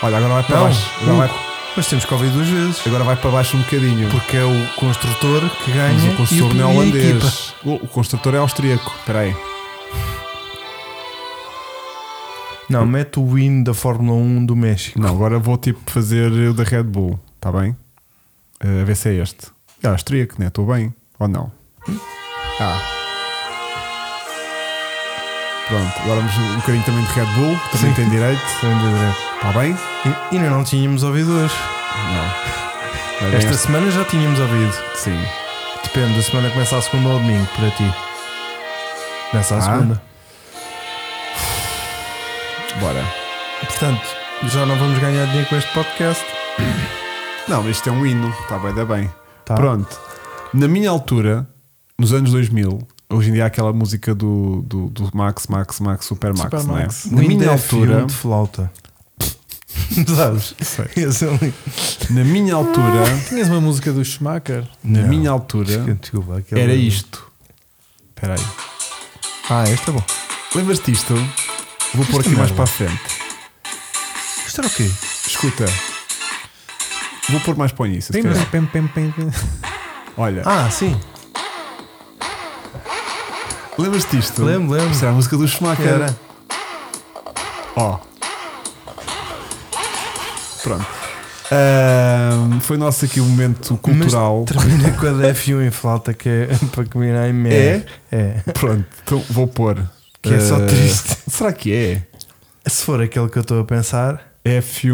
Olha, agora vai para Não, baixo. Agora vai, Mas temos que ouvir duas vezes. agora vai para baixo um bocadinho. Porque é o construtor que Mas ganha o construtor e não é o, e a equipa. holandês. O, o construtor é austríaco. Espera aí. Não, mete o win da Fórmula 1 do México. Não, agora vou tipo fazer o da Red Bull. Está bem? Eh, a ver se é este. É austríaco, né? Estou bem. Ou não? Ah. Pronto, agora vamos um bocadinho também de Red Bull. Também Sim. tem direito. Sem dúvida. Está bem? E, e ainda não tínhamos ouvido hoje. Não. É Esta semana já tínhamos ouvido. Sim. Depende, a semana começa a segunda ou domingo para ti. Começa a Ah. segunda. Bora. Portanto, já não vamos ganhar dinheiro com este podcast. Não, isto é um hino, está bem, dá bem. Tá. Pronto, na minha altura, nos anos 2000, hoje em dia há aquela música do, do, do Max, Max, Max, Super Max, Super não é? Max. Na minha altura, um de flauta. Sabes? Sei. Esse é um lindo. na minha altura, Ah. Tinhas uma música do Schumacher? na Não. minha altura, Desculpa, aquela- era isto. Espera aí, Ah, este é bom. lembras-te isto? Vou pôr Isto aqui mais não. para a frente. Isto era o quê? Escuta, vou pôr mais para o início. se Pim, calhar. pim, pim, pim, pim. Olha, Ah, sim. lembras-te isto? Lembro, lembro. Isto era a música do Schumacher. Era. Ó. Pronto. Ahm, foi nosso aqui um momento cultural. Mas termina com a da F1 em flauta, que é para combinar em merda. É? É. Pronto, então vou pôr. Que é só Ah, triste. Será que é? Se for aquele que eu estou a pensar, F1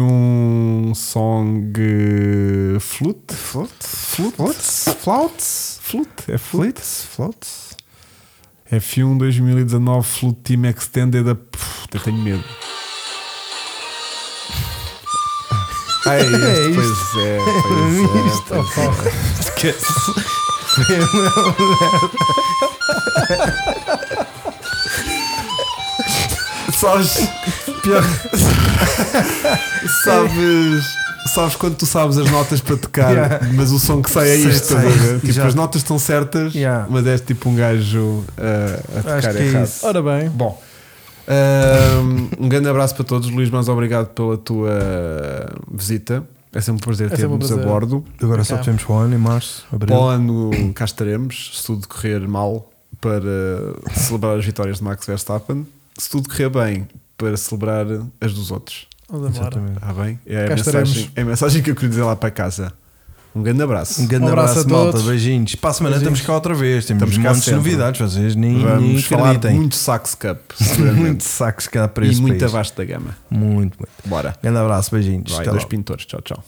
Song eh, Flute? Flute? Flute? Flute? Flute? É Flute? Flits, Floats. F1 2019 Flute Team Extended. a- Puf, eu tenho medo. Ah, é este, É pois é, pois é. Isto, pois é. opa. Esquece. Foi a maior Sabes. Pior. sabes. Sabes quando tu sabes as notas para tocar, Yeah. mas o som que sai é Sei, isto. estás a sei. ver? Tipo, Já. as notas estão certas, Yeah. mas és tipo um gajo uh, a Acho tocar que é errado. isso. Ora bem, Bom. um, Um grande abraço para todos, Luís. Mas obrigado pela tua visita. É sempre um prazer É sempre um termos a prazer. bordo. Agora só Cá. temos para o ano em março, abril. Para o ano cá estaremos, se tudo correr mal, para celebrar as vitórias de Max Verstappen. Se tudo correr bem, para celebrar as dos outros. vamos embora. Exatamente. Está bem? É a, Cá mensagem, estaremos. é a mensagem que eu queria dizer lá para casa. Um grande abraço. Um grande Um abraço abraço, a malta. todos. Beijinhos. Para a semana Beijinhos. estamos cá outra vez. Temos Estamos cá montes de sempre. novidades, vocês nem, nem Vamos falar acreditem. muito Sax Cup, Muito seguramente. sacos cá para e esse muito país. abaixo da gama. Muito, muito. Bora. Grande abraço, beijinhos. Vai, Até dois logo. pintores. Tchau, tchau.